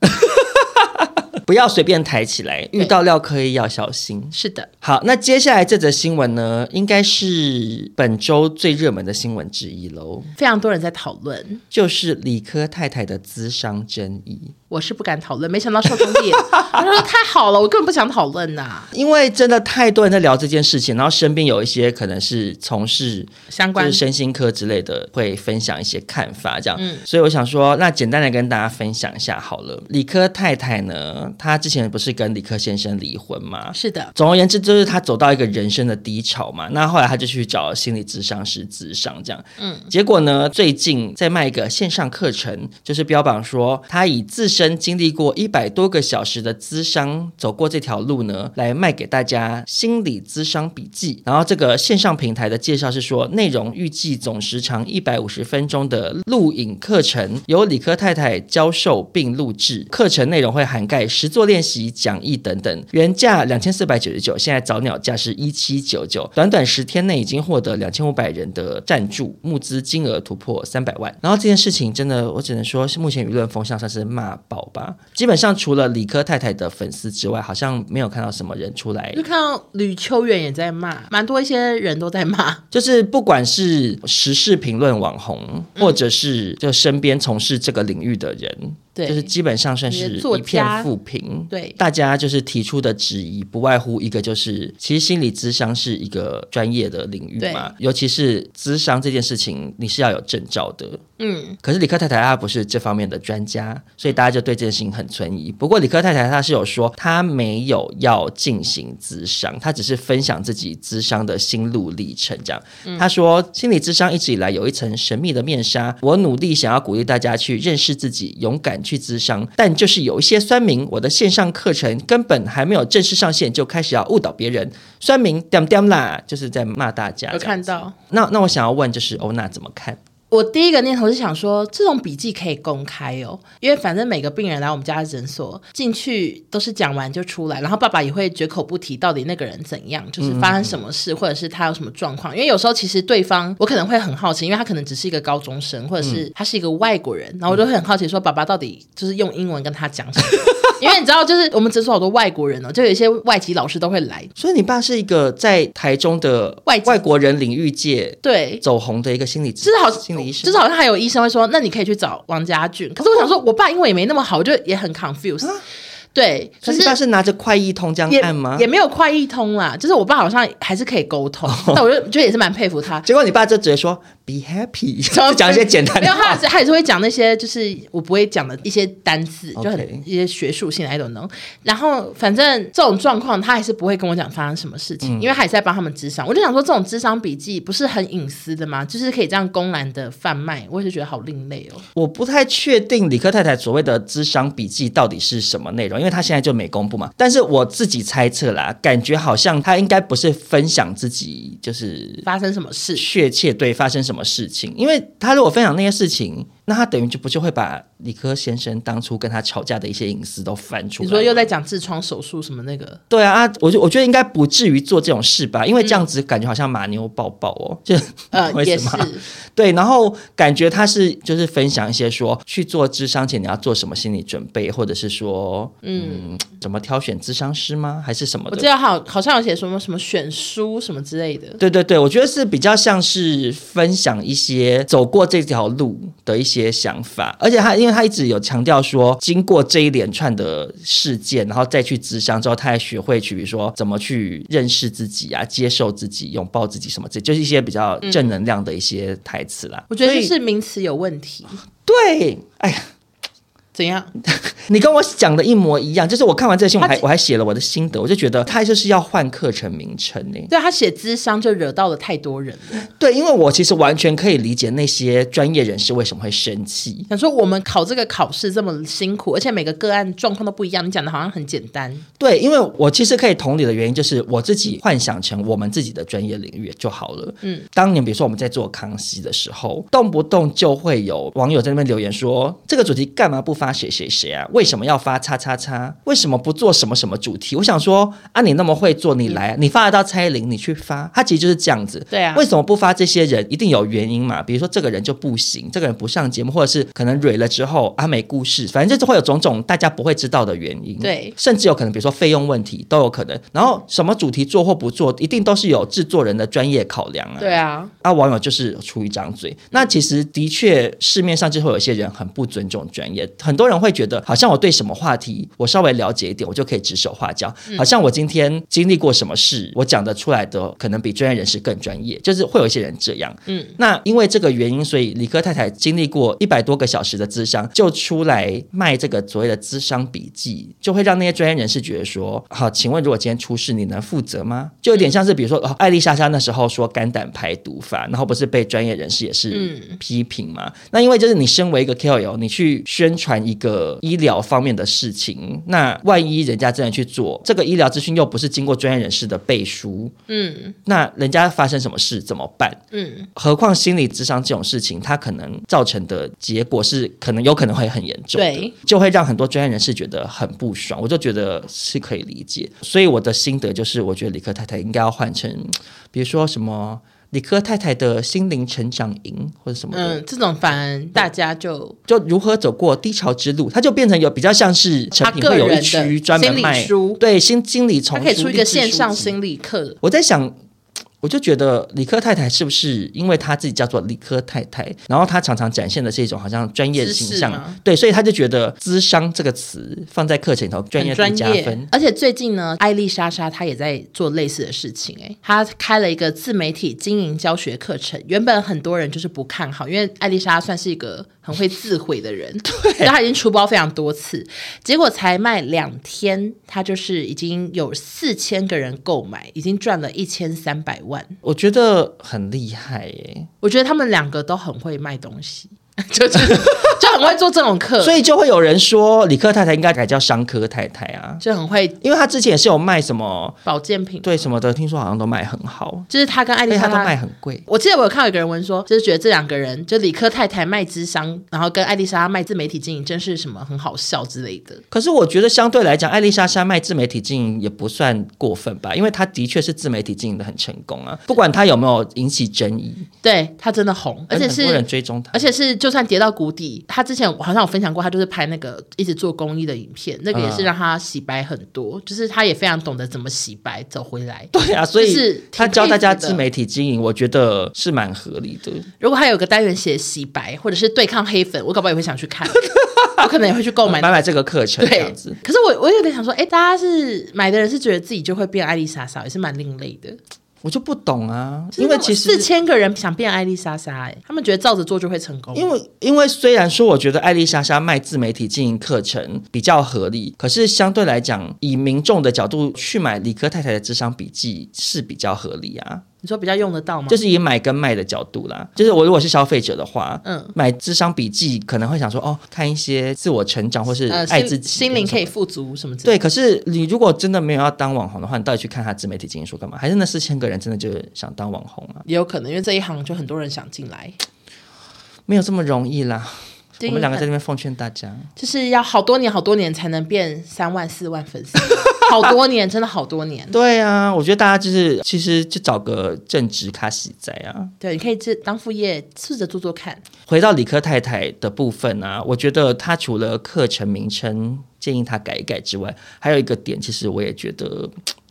不要随便抬起来，遇到廖科义要小心。是的， [laughs] 好，那接下来这则新闻呢，应该是本周最热门的新闻之一喽。非常多人在讨论，就是理科太太的资商争议，我是不敢讨论，没想到受众 [laughs] 力，他说太好了，我根本不想讨论呐、因为真的太多人在聊这件事情，然后身边有一些可能是从事相就关是身心科之类的，会分享一些看法这样。嗯所以我想说，那简单的跟大家分享一下好了。理科太太呢，她之前不是跟理科先生离婚吗？是的，总而言之，就是她走到一个人生的低潮嘛。那后来她就去找心理咨商师咨商，这样。嗯，结果呢，最近在卖一个线上课程，就是标榜说她以自身经历过一百多个小时的咨商，走过这条路呢，来卖给大家心理咨商笔记。然后这个线上平台的介绍是说，内容预计总时长一百五十分钟的录影课程，由理科太太教授并录制。课程内容会涵盖实作练习、讲义等等。原价两千四百九十九，现在早鸟价是一七九九。短短十天内已经获得两千五百人的赞助，募资金额突破三百万。然后这件事情真的，我只能说是目前舆论风向算是骂爆吧。基本上除了理科太太的粉丝之外，好像没有看到什么人出来就看到吕秋远也在骂，蛮多一些人都在骂，就是不管是时事评论网红，嗯或者是就身边从事这个领域的人，对就是基本上算是作一家片负评。对大家就是提出的质疑，不外乎一个就是，其实心理咨商是一个专业的领域嘛，尤其是咨商这件事情，你是要有证照的。嗯，可是理科太太她不是这方面的专家，所以大家就对这件事情很存疑。不过理科太太她是有说，她没有要进行咨商，她只是分享自己咨商的心路历程。这样，她说心理咨商一直以来有一层神秘的面纱，我努力想要鼓励大家去认识自己，勇敢去咨商，但就是有一些酸民，我的线上课程根本还没有正式上线，就开始要误导别人，酸民点点啦，就是在骂大家这样有子。看到。哦那那我想要问，就是欧娜怎么看？我第一个念头是想说，这种笔记可以公开哦，因为反正每个病人来我们家的诊所进去都是讲完就出来，然后爸爸也会绝口不提到底那个人怎样，就是发生什么事，或者是他有什么状况。因为有时候其实对方我可能会很好奇，因为他可能只是一个高中生，或者是他是一个外国人，然后我就会很好奇说，爸爸到底就是用英文跟他讲什么？因为你知道，就是我们诊所好多外国人哦，就有一些外籍老师都会来，所以你爸是一个在台中的外籍外国人领域界对，走红的一个心理就是好，心理医生，就是好像还有医生会说，那你可以去找王家俊。可是我想说，我爸英文也没那么好，我就也很 confused、对，可所以是你啊爸是拿着快意通江也案吗也？没有快译通啦，就是我爸好像还是可以沟通。哦那、我就觉得也是蛮佩服他。结果你爸就直接说 “be happy”，然后 [laughs] 就讲一些简单没的有，他话也。是他也是会讲那些就是我不会讲的一些单字，就 OK 很一些学术性的 I don't know。然后反正这种状况，他还是不会跟我讲发生什么事嗯情，因为还在帮他们智商。我就想说，这种智商笔记不是很隐私的吗？就是可以这样公然的贩卖，我也是觉得好另类哦。我不太确定理科太太所谓的智商笔记到底是什么内容，因为她现在就没公布嘛。但是我自己猜测啦，感觉好像她应该不是分享自己就是发生什么事？确切对发生什么事情，因为她如果分享那些事情，那她等于就不就呃会把理科先生当初跟她吵架的一些隐私都翻出你来。说又在讲痔疮手术什么那个？对啊，啊我就我觉得应该不至于做这种事吧，因为这样子感觉好像马妞抱抱哦，就呃， [laughs] 为也什是么啊对，然后感觉他是就是分享一些说去做智商前你要做什么心理准备，或者是说嗯怎么挑选智商师吗，还是什么我的记？得好好像有写什么什么选书什么之类的。对对对，我觉得是比较像是分享一些走过这条路的一些想法，而且他因为他一直有强调说，经过这一连串的事件，然后再去咨商之后，他还学会去比如说怎么去认识自己啊，接受自己，拥抱自己什么之类，这就是一些比较正能量的一些台词啦。嗯我觉得就所以是名词有问题，对，哎呀，怎样？你跟我讲的一模一样，就是我看完这个新闻，我他还我还写了我的心得，我就觉得他就是要换课程名称呢、对他写智商就惹到了太多人了。对，因为我其实完全可以理解那些专业人士为什么会生气。想说我们考这个考试这么辛苦，而且每个个案状况都不一样，你讲的好像很简单。对，因为我其实可以同理的原因，就是我自己幻想成我们自己的专业领域就好了。嗯，当年比如说我们在做康熙的时候，动不动就会有网友在那边留言说，这个主题干嘛不发谁谁谁啊？为什么要发叉叉叉？为什么不做什么什么主题？我想说啊，你那么会做，你来啊，你发得到蔡依林，你去发，他其实就是这样子。对啊为什么不发这些人？一定有原因嘛，比如说这个人就不行，这个人不上节目，或者是可能蕊了之后啊没故事，反正就是会有种种大家不会知道的原因。对甚至有可能，比如说费用问题都有可能。然后什么主题做或不做，一定都是有制作人的专业考量啊。对啊，啊，网友就是出一张嘴。那其实的确，市面上就会有一些人很不尊重专业，很多人会觉得，好像我对什么话题我稍微了解一点，我就可以指手画脚，好像我今天经历过什么事，我讲得出来的可能比专业人士更专业，就是会有一些人这样。嗯，那因为这个原因，所以理科太太经历过一百多个小时的咨商，就出来卖这个所谓的咨商笔记，就会让那些专业人士觉得说，好，请问如果今天出事，你能负责吗？就有点像是比如说，哦，艾丽莎莎那时候说肝胆排毒法，然后不是被专业人士也是嗯批评嘛？那因为就是你身为一个 KOL，你去宣传一个医疗方面的事情，那万一人家真的去做，这个医疗资讯又不是经过专业人士的背书，嗯那人家发生什么事怎么办？嗯，何况心理智商这种事情，它可能造成的结果是可能有可能会很严重的，对就会让很多专业人士觉得很不爽。我就觉得是可以理解，所以我的心得就是，我觉得理科太太应该要换成，比如说什么理科太太的心灵成长营或者什么的。嗯，这种反而大家就就如何走过低潮之路，它就变成有比较像是成品他个会有一人的区专门心理卖书对心心理丛他书，可以出一励个志线书上籍心理课，我在想，我就觉得理科太太是不是因为她自己叫做理科太太，然后她常常展现的是一种好像专业形知识吗象，对，所以她就觉得“资商”这个词放在课程里头专业很度专加业分。。而且最近呢，艾丽莎莎她也在做类似的事情、欸，她开了一个自媒体经营教学课程。原本很多人就是不看好，因为艾丽莎算是一个很会自毁的人，对，她已经出包非常多次，结果才卖两天，她就是已经有四千个人购买，已经赚了一千三百万。我觉得很厉害耶、我觉得他们两个都很会卖东西。就是就很会做这种课， [laughs] 所以以就会有人说理科太太应该改叫商科太太啊，就很会因为她之前也是有卖什么保健品。对什么的，听说好像都卖很好，就是他跟艾而丽且莎她都她卖很贵。我记得我有看到有个人问说，就是觉得这两个人，就理科太太卖智商，然后跟艾丽莎卖自媒体经营，真是什么很好笑之类的。可是我觉得相对来讲，艾丽莎莎卖自媒体经营也不算过分吧，因为她的确是自媒体经营的很成功啊，不管她有没有引起争议，对她真的红，而且很多人是。追踪她，而且是，就算跌到谷底，她之前好像有分享过，她就是拍那个一直做公益的影片，那个也是嗯让她洗白很多，就是她也非常懂得怎么洗白走回来。 [laughs] 对啊，所就以是她挺教大家佩服的自媒体经营，我觉得是蛮合理的。如果她有个单元写洗白或者是对抗黑粉，我搞不好也会想去 [laughs] 看，我可能也会去购买呃买买这个课程这哦对样子，，可是我我有点想说，哎、大家是买的人是觉得自己就会变艾丽莎莎，也是蛮另类的。我就不懂啊，因为其实四千个人想变艾丽莎莎、哎，他们觉得照着做就会成功。因为因为虽然说我觉得艾丽莎莎卖自媒体经营课程比较合理，可是相对来讲，以民众的角度去买理科太太的智商笔记是比较合理啊，你说比较用得到吗？就是以买跟卖的角度啦。就是我如果是消费者的话，嗯嗯，买智商笔记可能会想说，哦，看一些自我成长或是呃，爱心自己、心灵可以。富足什么之类对，可是你如果真的没有要当网红的话，你到底去看他自媒体经营说干嘛？还是那四千个人真的就是想当网红啊？的，也有可能，因为这一行就很多人想进来。没有这么容易啦。我们两个在对那边奉劝大家。就是要好多年、好多年才能变三万、四万 [laughs] 粉丝，好多年，真的好多年。对啊，我觉得大家就是其实就找个正职卡洗仔啊。对，你可以这当副业，试着做做看。回到理科太太的部分啊，我觉得她除了课程名称建议她改一改之外，还有一个点，其实我也觉得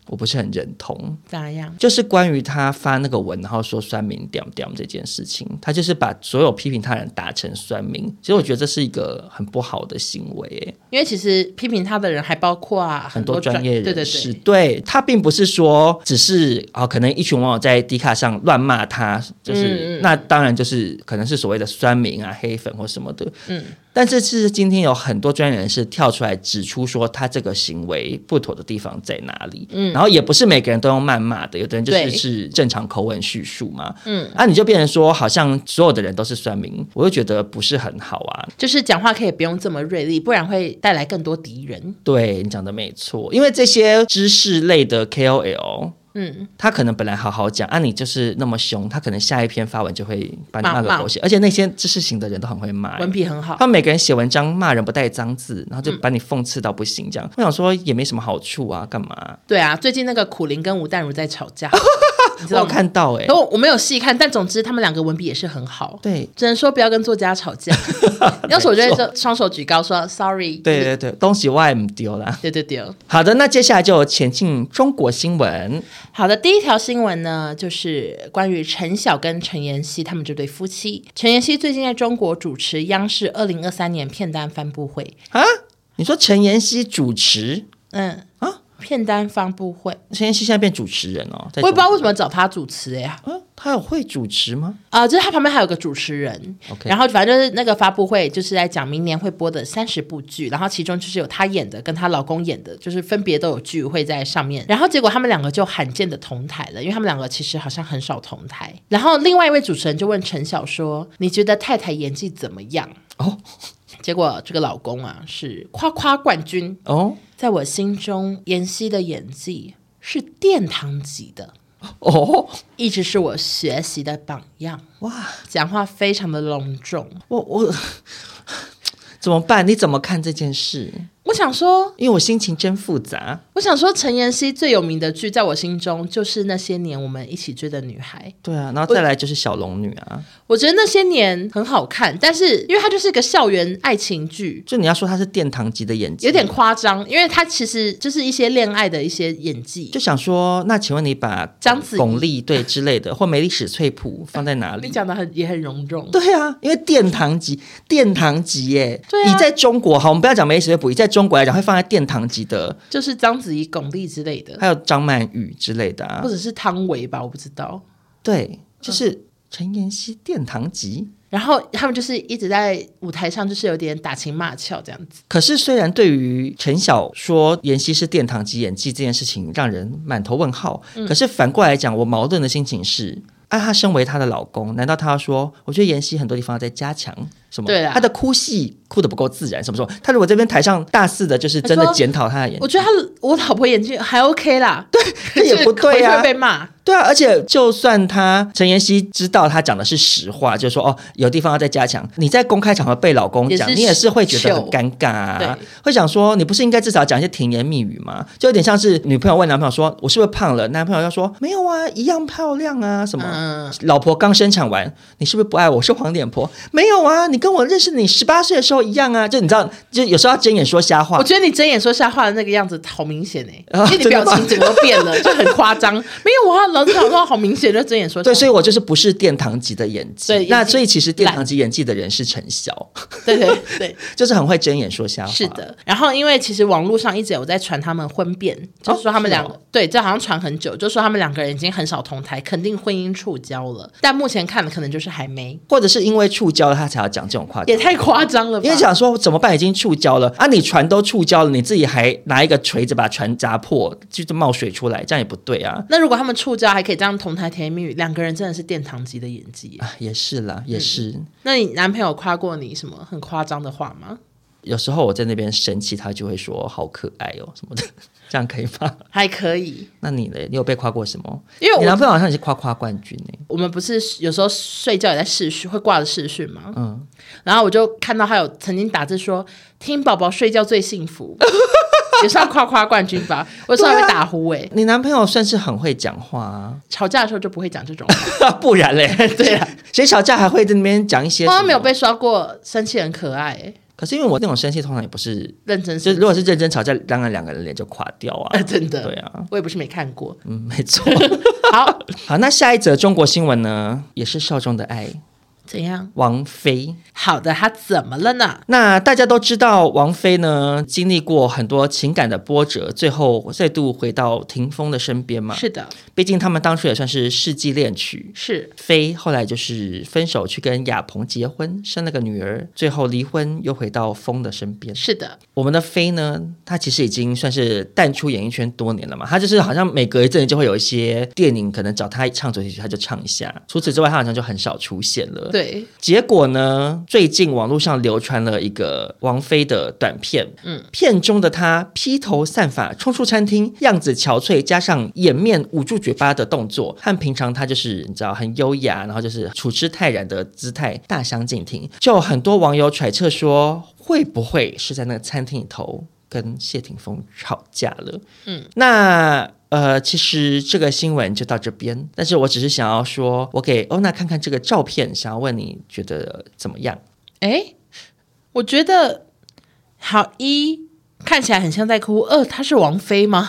我不是很认同。咋样？就是关于她发那个文，然后说酸民屌屌这件事情，她就是把所有批评他人打成酸民，其实我觉得这是一个很不好的行为欸耶、因为其实批评他的人还包括啊很多多专业人对对士，对，对他并不是说只是啊、哦可能一群网友在 D 卡上乱骂他，就是、嗯嗯那当然就是可能是所谓的酸民啊、黑粉或什么的，嗯嗯。但是是今天有很多专业人士跳出来指出说他这个行为不妥的地方在哪里，嗯，然后也不是每个人都用谩骂的，有的人就对是是正常口吻叙述嘛，嗯嗯，啊你就变成说好像所有的人都是酸民，我就觉得不是很好啊，就是讲话可以不用这么锐利，不然会带来更多敌人。对你讲的没错，因为这些知识类的 KOL，嗯，他可能本来好好讲，啊，你就是那么凶，他可能下一篇发文就会把你骂骂个狗血，而且那些知识型的人都很会骂、文笔很好。他们每个人写文章骂人不带脏字，然后就把你讽刺到不行，这样、我想说也没什么好处啊，干嘛？对啊，最近那个苦林跟吴淡如在吵 [laughs] 架，你知道我有吗？看到哎、可我我没有细看，但总之他们两个文笔也是很好。对只能说不要跟作家吵 [laughs] 架。 [laughs] 要是我就会这双手举高说 “sorry”。对对对，东西外不丢啦。对对对。好的，那接下来就前进中国新闻。好的，第一条新闻呢，就是关于陈晓跟陈妍希他们这对夫妻。陈妍希最近在中国主持央视二零二三年片单颁布会。啊，你说陈妍希主持，嗯啊，片单颁布会，陈妍希现在变主持人哦，我也不知道为什么。么找他主持哎、呀。嗯，他有会主持吗？啊，就是他旁边还有个主持人 OK 然后反正就是那个发布会，就是在讲明年会播的三十部剧，然后其中就是有她演的跟她老公演的，就是分别都有剧会在上面。然后结果他们两个就罕见的同台了，因为他们两个其实好像很少同台。然后另外一位主持人就问陈晓说：“你觉得太太演技怎么样哦？” [laughs] 结果这个老公啊是夸夸冠军，哦在我心中，妍希的演技是殿堂级的，哦，一直是我学习的榜样。哇，讲话非常的隆重。我我 [laughs] 怎么办？你怎么看这件事？我想说，因为我心情真复杂。我想说，陈妍希最有名的剧，在我心中就是那些年我们一起追的女孩。对啊，然后再来就是小龙女啊，我觉得那些年很好看，但是因为它就是一个校园爱情剧。就你要说她是殿堂级的演技，有点夸张，因为它其实就是一些恋爱的一些演技，就想说，那请问你把章子怡巩俐对之类的，或梅丽史翠普放在哪你里？讲的很也很隆重。对啊，因为殿堂级，殿堂级耶！对啊以在中国好，我们不要讲梅丽史翠普，以在中国来讲，会放在殿堂级的，就是章子怡、巩俐之类的，还有张曼玉之类的啊或。者是汤唯吧，我不知道。对，就是陈妍希殿堂级。然后他们就是一直在舞台上，就是有点打情骂俏这样子。可是，虽然对于陈晓说妍希是殿堂级演技这件事情让人满头问号，嗯可是反过来讲，我矛盾的心情是：啊，她身为她的老公，难道她要说我觉得妍希很多地方要再加强？什么，对啦他的哭戏哭的不够自然，什么时候？他如果这边台上大肆的，就是真的他说检讨他的演技我，觉得他我老婆演技还 OK 啦，对，这也不对啊会被骂。对啊，而且就算他陈妍希知道他讲的是实话，就说哦有地方要再加强，你在公开场合被老公讲，也是你也是会觉得很糗尴尬、啊对，会想说你不是应该至少讲一些甜言蜜语吗？就有点像是女朋友问男朋友说我是不是胖了，男朋友要说没有啊，一样漂亮啊什么。嗯，老婆刚生产完，你是不是不爱我？我是黄脸婆，没有啊，你跟我认识你十八岁的时候一样啊，就你知道，就有时候要睁眼说瞎话我，觉得你睁眼说瞎话的那个样子好明显哎、啊因为你真的表吗情整个都变了，就很夸张。没有啊，老子想说好明显，就睁眼说瞎对，话。所以我就是不是殿堂级的演技。对那演技所以其实殿烂堂级演技的人是陈晓，对对 [laughs] 对，就是很会睁眼说瞎话。是，的，然后因为其实网络上一直有在传他们婚变，就是说他们是两哦个、对，这好像传很久，就说他们两个人已经很少同台，肯定婚姻触礁了。但目前看的可能就是还没，或者是因为触礁了他才要讲这种话，也太夸张了吧？因为想说怎么办，已经触礁了啊！你船都触礁了，你自己还拿一个锤子把船砸破，就是冒水出来，这样也不对啊！那如果他们触礁还可以这样同台甜言蜜语，两个人真的是殿堂级的演技耶。啊，也是啦，也是。那你男朋友夸过你什么很夸张的话吗？有时候我在那边生气，他就会说好可爱哦什么的， [laughs] 这样可以吗？ [laughs] 还可以，那你嘞，你有被夸过什么？因为你男我朋友好像也是夸欸夸冠军呢、我们不是有时候睡觉也在视讯，会挂着视讯吗？嗯，然后我就看到他有曾经打字说：“听宝宝睡觉最幸福。” [laughs] 也是要夸夸冠军吧？我说还会打呼哎、你男朋友算是很会讲话啊， [laughs] 吵架的时候就不会讲 [laughs] 这种话。不然嘞，对啊，谁吵架还会在那边讲一些？我好像没有。被刷过，生气很可爱、欸，可是因为我那种生气，通常也不是，认真就是是。如果是认真吵架，当然两个人脸就垮掉 [laughs] 啊真的。对啊，我也不是没看过。嗯，没错。 [laughs] 好， [laughs] 好，那下一则中国新闻呢，也是少中的爱，怎样？王菲。好的，他怎么了呢？那大家都知道，王菲呢经历过很多情感的波折，最后再度回到霆锋的身边嘛。是的，毕竟他们当初也算是世纪恋曲。是菲后来就是分手去跟亚鹏结婚，生了个女儿，最后离婚又回到风的身边。是的，我们的菲呢，她其实已经算是淡出演艺圈多年了嘛，她就是好像每隔一阵子就会有一些电影可能找她唱主题曲，她就唱一下。除此之外，她好像就很少出现了。，对，结果呢，最近网络上流传了一个王菲的短片，嗯嗯，片中的她披头散发冲出餐厅，样子憔悴，加上掩面捂住嘴巴的动作，和平常她就是你知道很优雅，然后就是处之泰然的姿态大相径庭。就有很多网友揣测说，会不会是在那个餐厅里头跟谢霆锋吵架了？那呃，其实这个新闻就到这边，但是我只是想要说，我给欧娜看看这个照片，想要问你觉得怎么样？哎，我觉得好一看起来很像在哭，二她是王菲吗？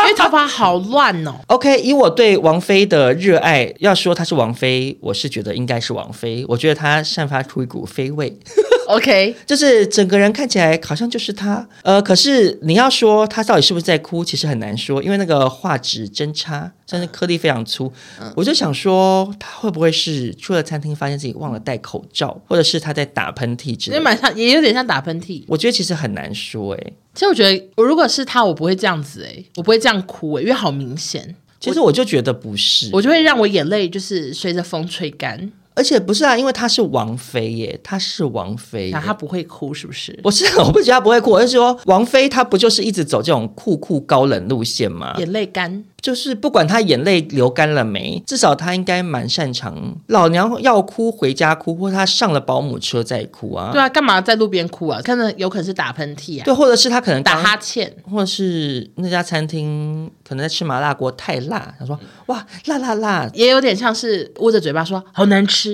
因为头发好乱哦。 OK，以我对王菲的热爱，要说她是王菲，我是觉得应该是王菲。我觉得她散发出一股菲味， OK，就是整个人看起来好像就是她。呃，可是你要说她到底是不是在哭，其实很难说，因为那个画质真差，甚至颗粒非常粗。嗯我就想说，她会不会是出了餐厅发现自己忘了戴口罩，或者是她在打喷嚏之其类实的？蛮像，也有点像打喷嚏。我觉得其实很难说哎诶、其实我觉得，我如果是他，我不会这样子哎、我不会这样哭哎、因为好明显，其实我就觉得不是，我就会让我眼泪就是随着风吹干。而且不是啊，因为她是王菲耶，她是王菲耶那他不会哭是不是？不是， [laughs] 我不觉得她不会哭，我是说王菲她不就是一直走这种酷酷高冷路线吗？眼泪干，就是不管她眼泪流干了没，至少她应该蛮擅长。老娘要哭回家哭，或她上了保姆车再哭啊。对啊，干嘛在路边哭啊？看着有可能是打喷嚏啊，对，或者是她可能打刚哈欠，或是那家餐厅可能在吃麻辣锅太辣，她说哇辣辣辣，也有点像是捂着嘴巴说好难吃，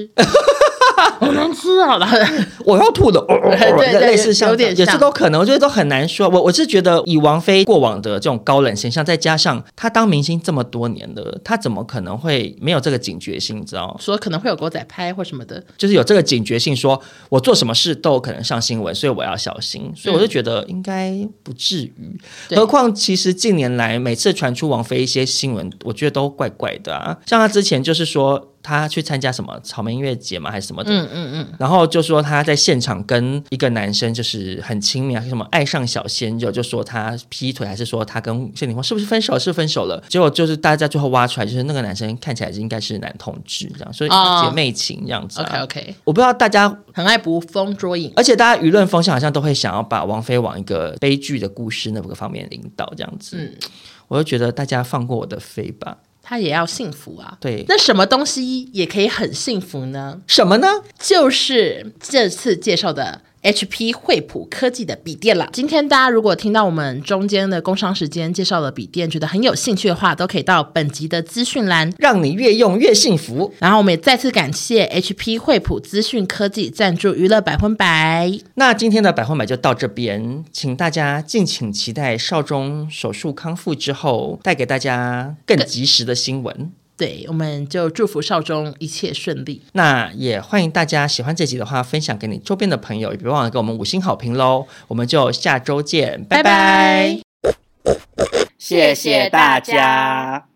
好难吃啊，然后我要吐的，哦哦 [laughs] 哦对对对类似像有点也是像都可能，我觉得都很难说。我我是觉得以王菲过往的这种高冷形象，再加上她当明星这么多年了，她怎么可能会没有这个警觉性？你知道，说可能会有狗仔拍或什么的，就是有这个警觉性说，我做什么事都有可能上新闻，所以我要小心。所以我就觉得应该不至于。嗯对何况其实近年来每次传出王菲一些新闻，我觉得都怪怪的啊。像她之前就是说。她去参加什么草莓音乐节嘛，还是什么的，嗯嗯嗯，然后就说她在现场跟一个男生就是很亲密啊，什么爱上小鲜肉，就说她劈腿，还是说她跟谢霆锋是不是分手了？是分手了。结果就是大家最后挖出来，就是那个男生看起来应该是男同志这样，所以哦姐妹情这样子、啊。 ，OK OK，我不知道大家很爱捕风捉影，而且大家舆论风向好像都会想要把王菲往一个悲剧的故事那个方面引导，这样子。嗯我就觉得大家放过我的飞吧。他也要幸福啊。对，那什么东西也可以很幸福呢？什么呢？就是这次介绍的 HP 惠普科技的笔电啦。今天大家如果听到我们中间的工商时间介绍的笔电，觉得很有兴趣的话，都可以到本集的资讯栏。让你越用越幸福。然后我们也再次感谢 HP 惠普资讯科技赞助娱乐百分百。那今天的百分百就到这边，请大家敬请期待少中手术康复之后带给大家更及时的新闻。对，我们就祝福少中一切顺利。那也欢迎大家喜欢这集的话，分享给你周边的朋友，也别忘了给我们五星好评喽。我们就下周见，拜拜拜拜谢谢大家。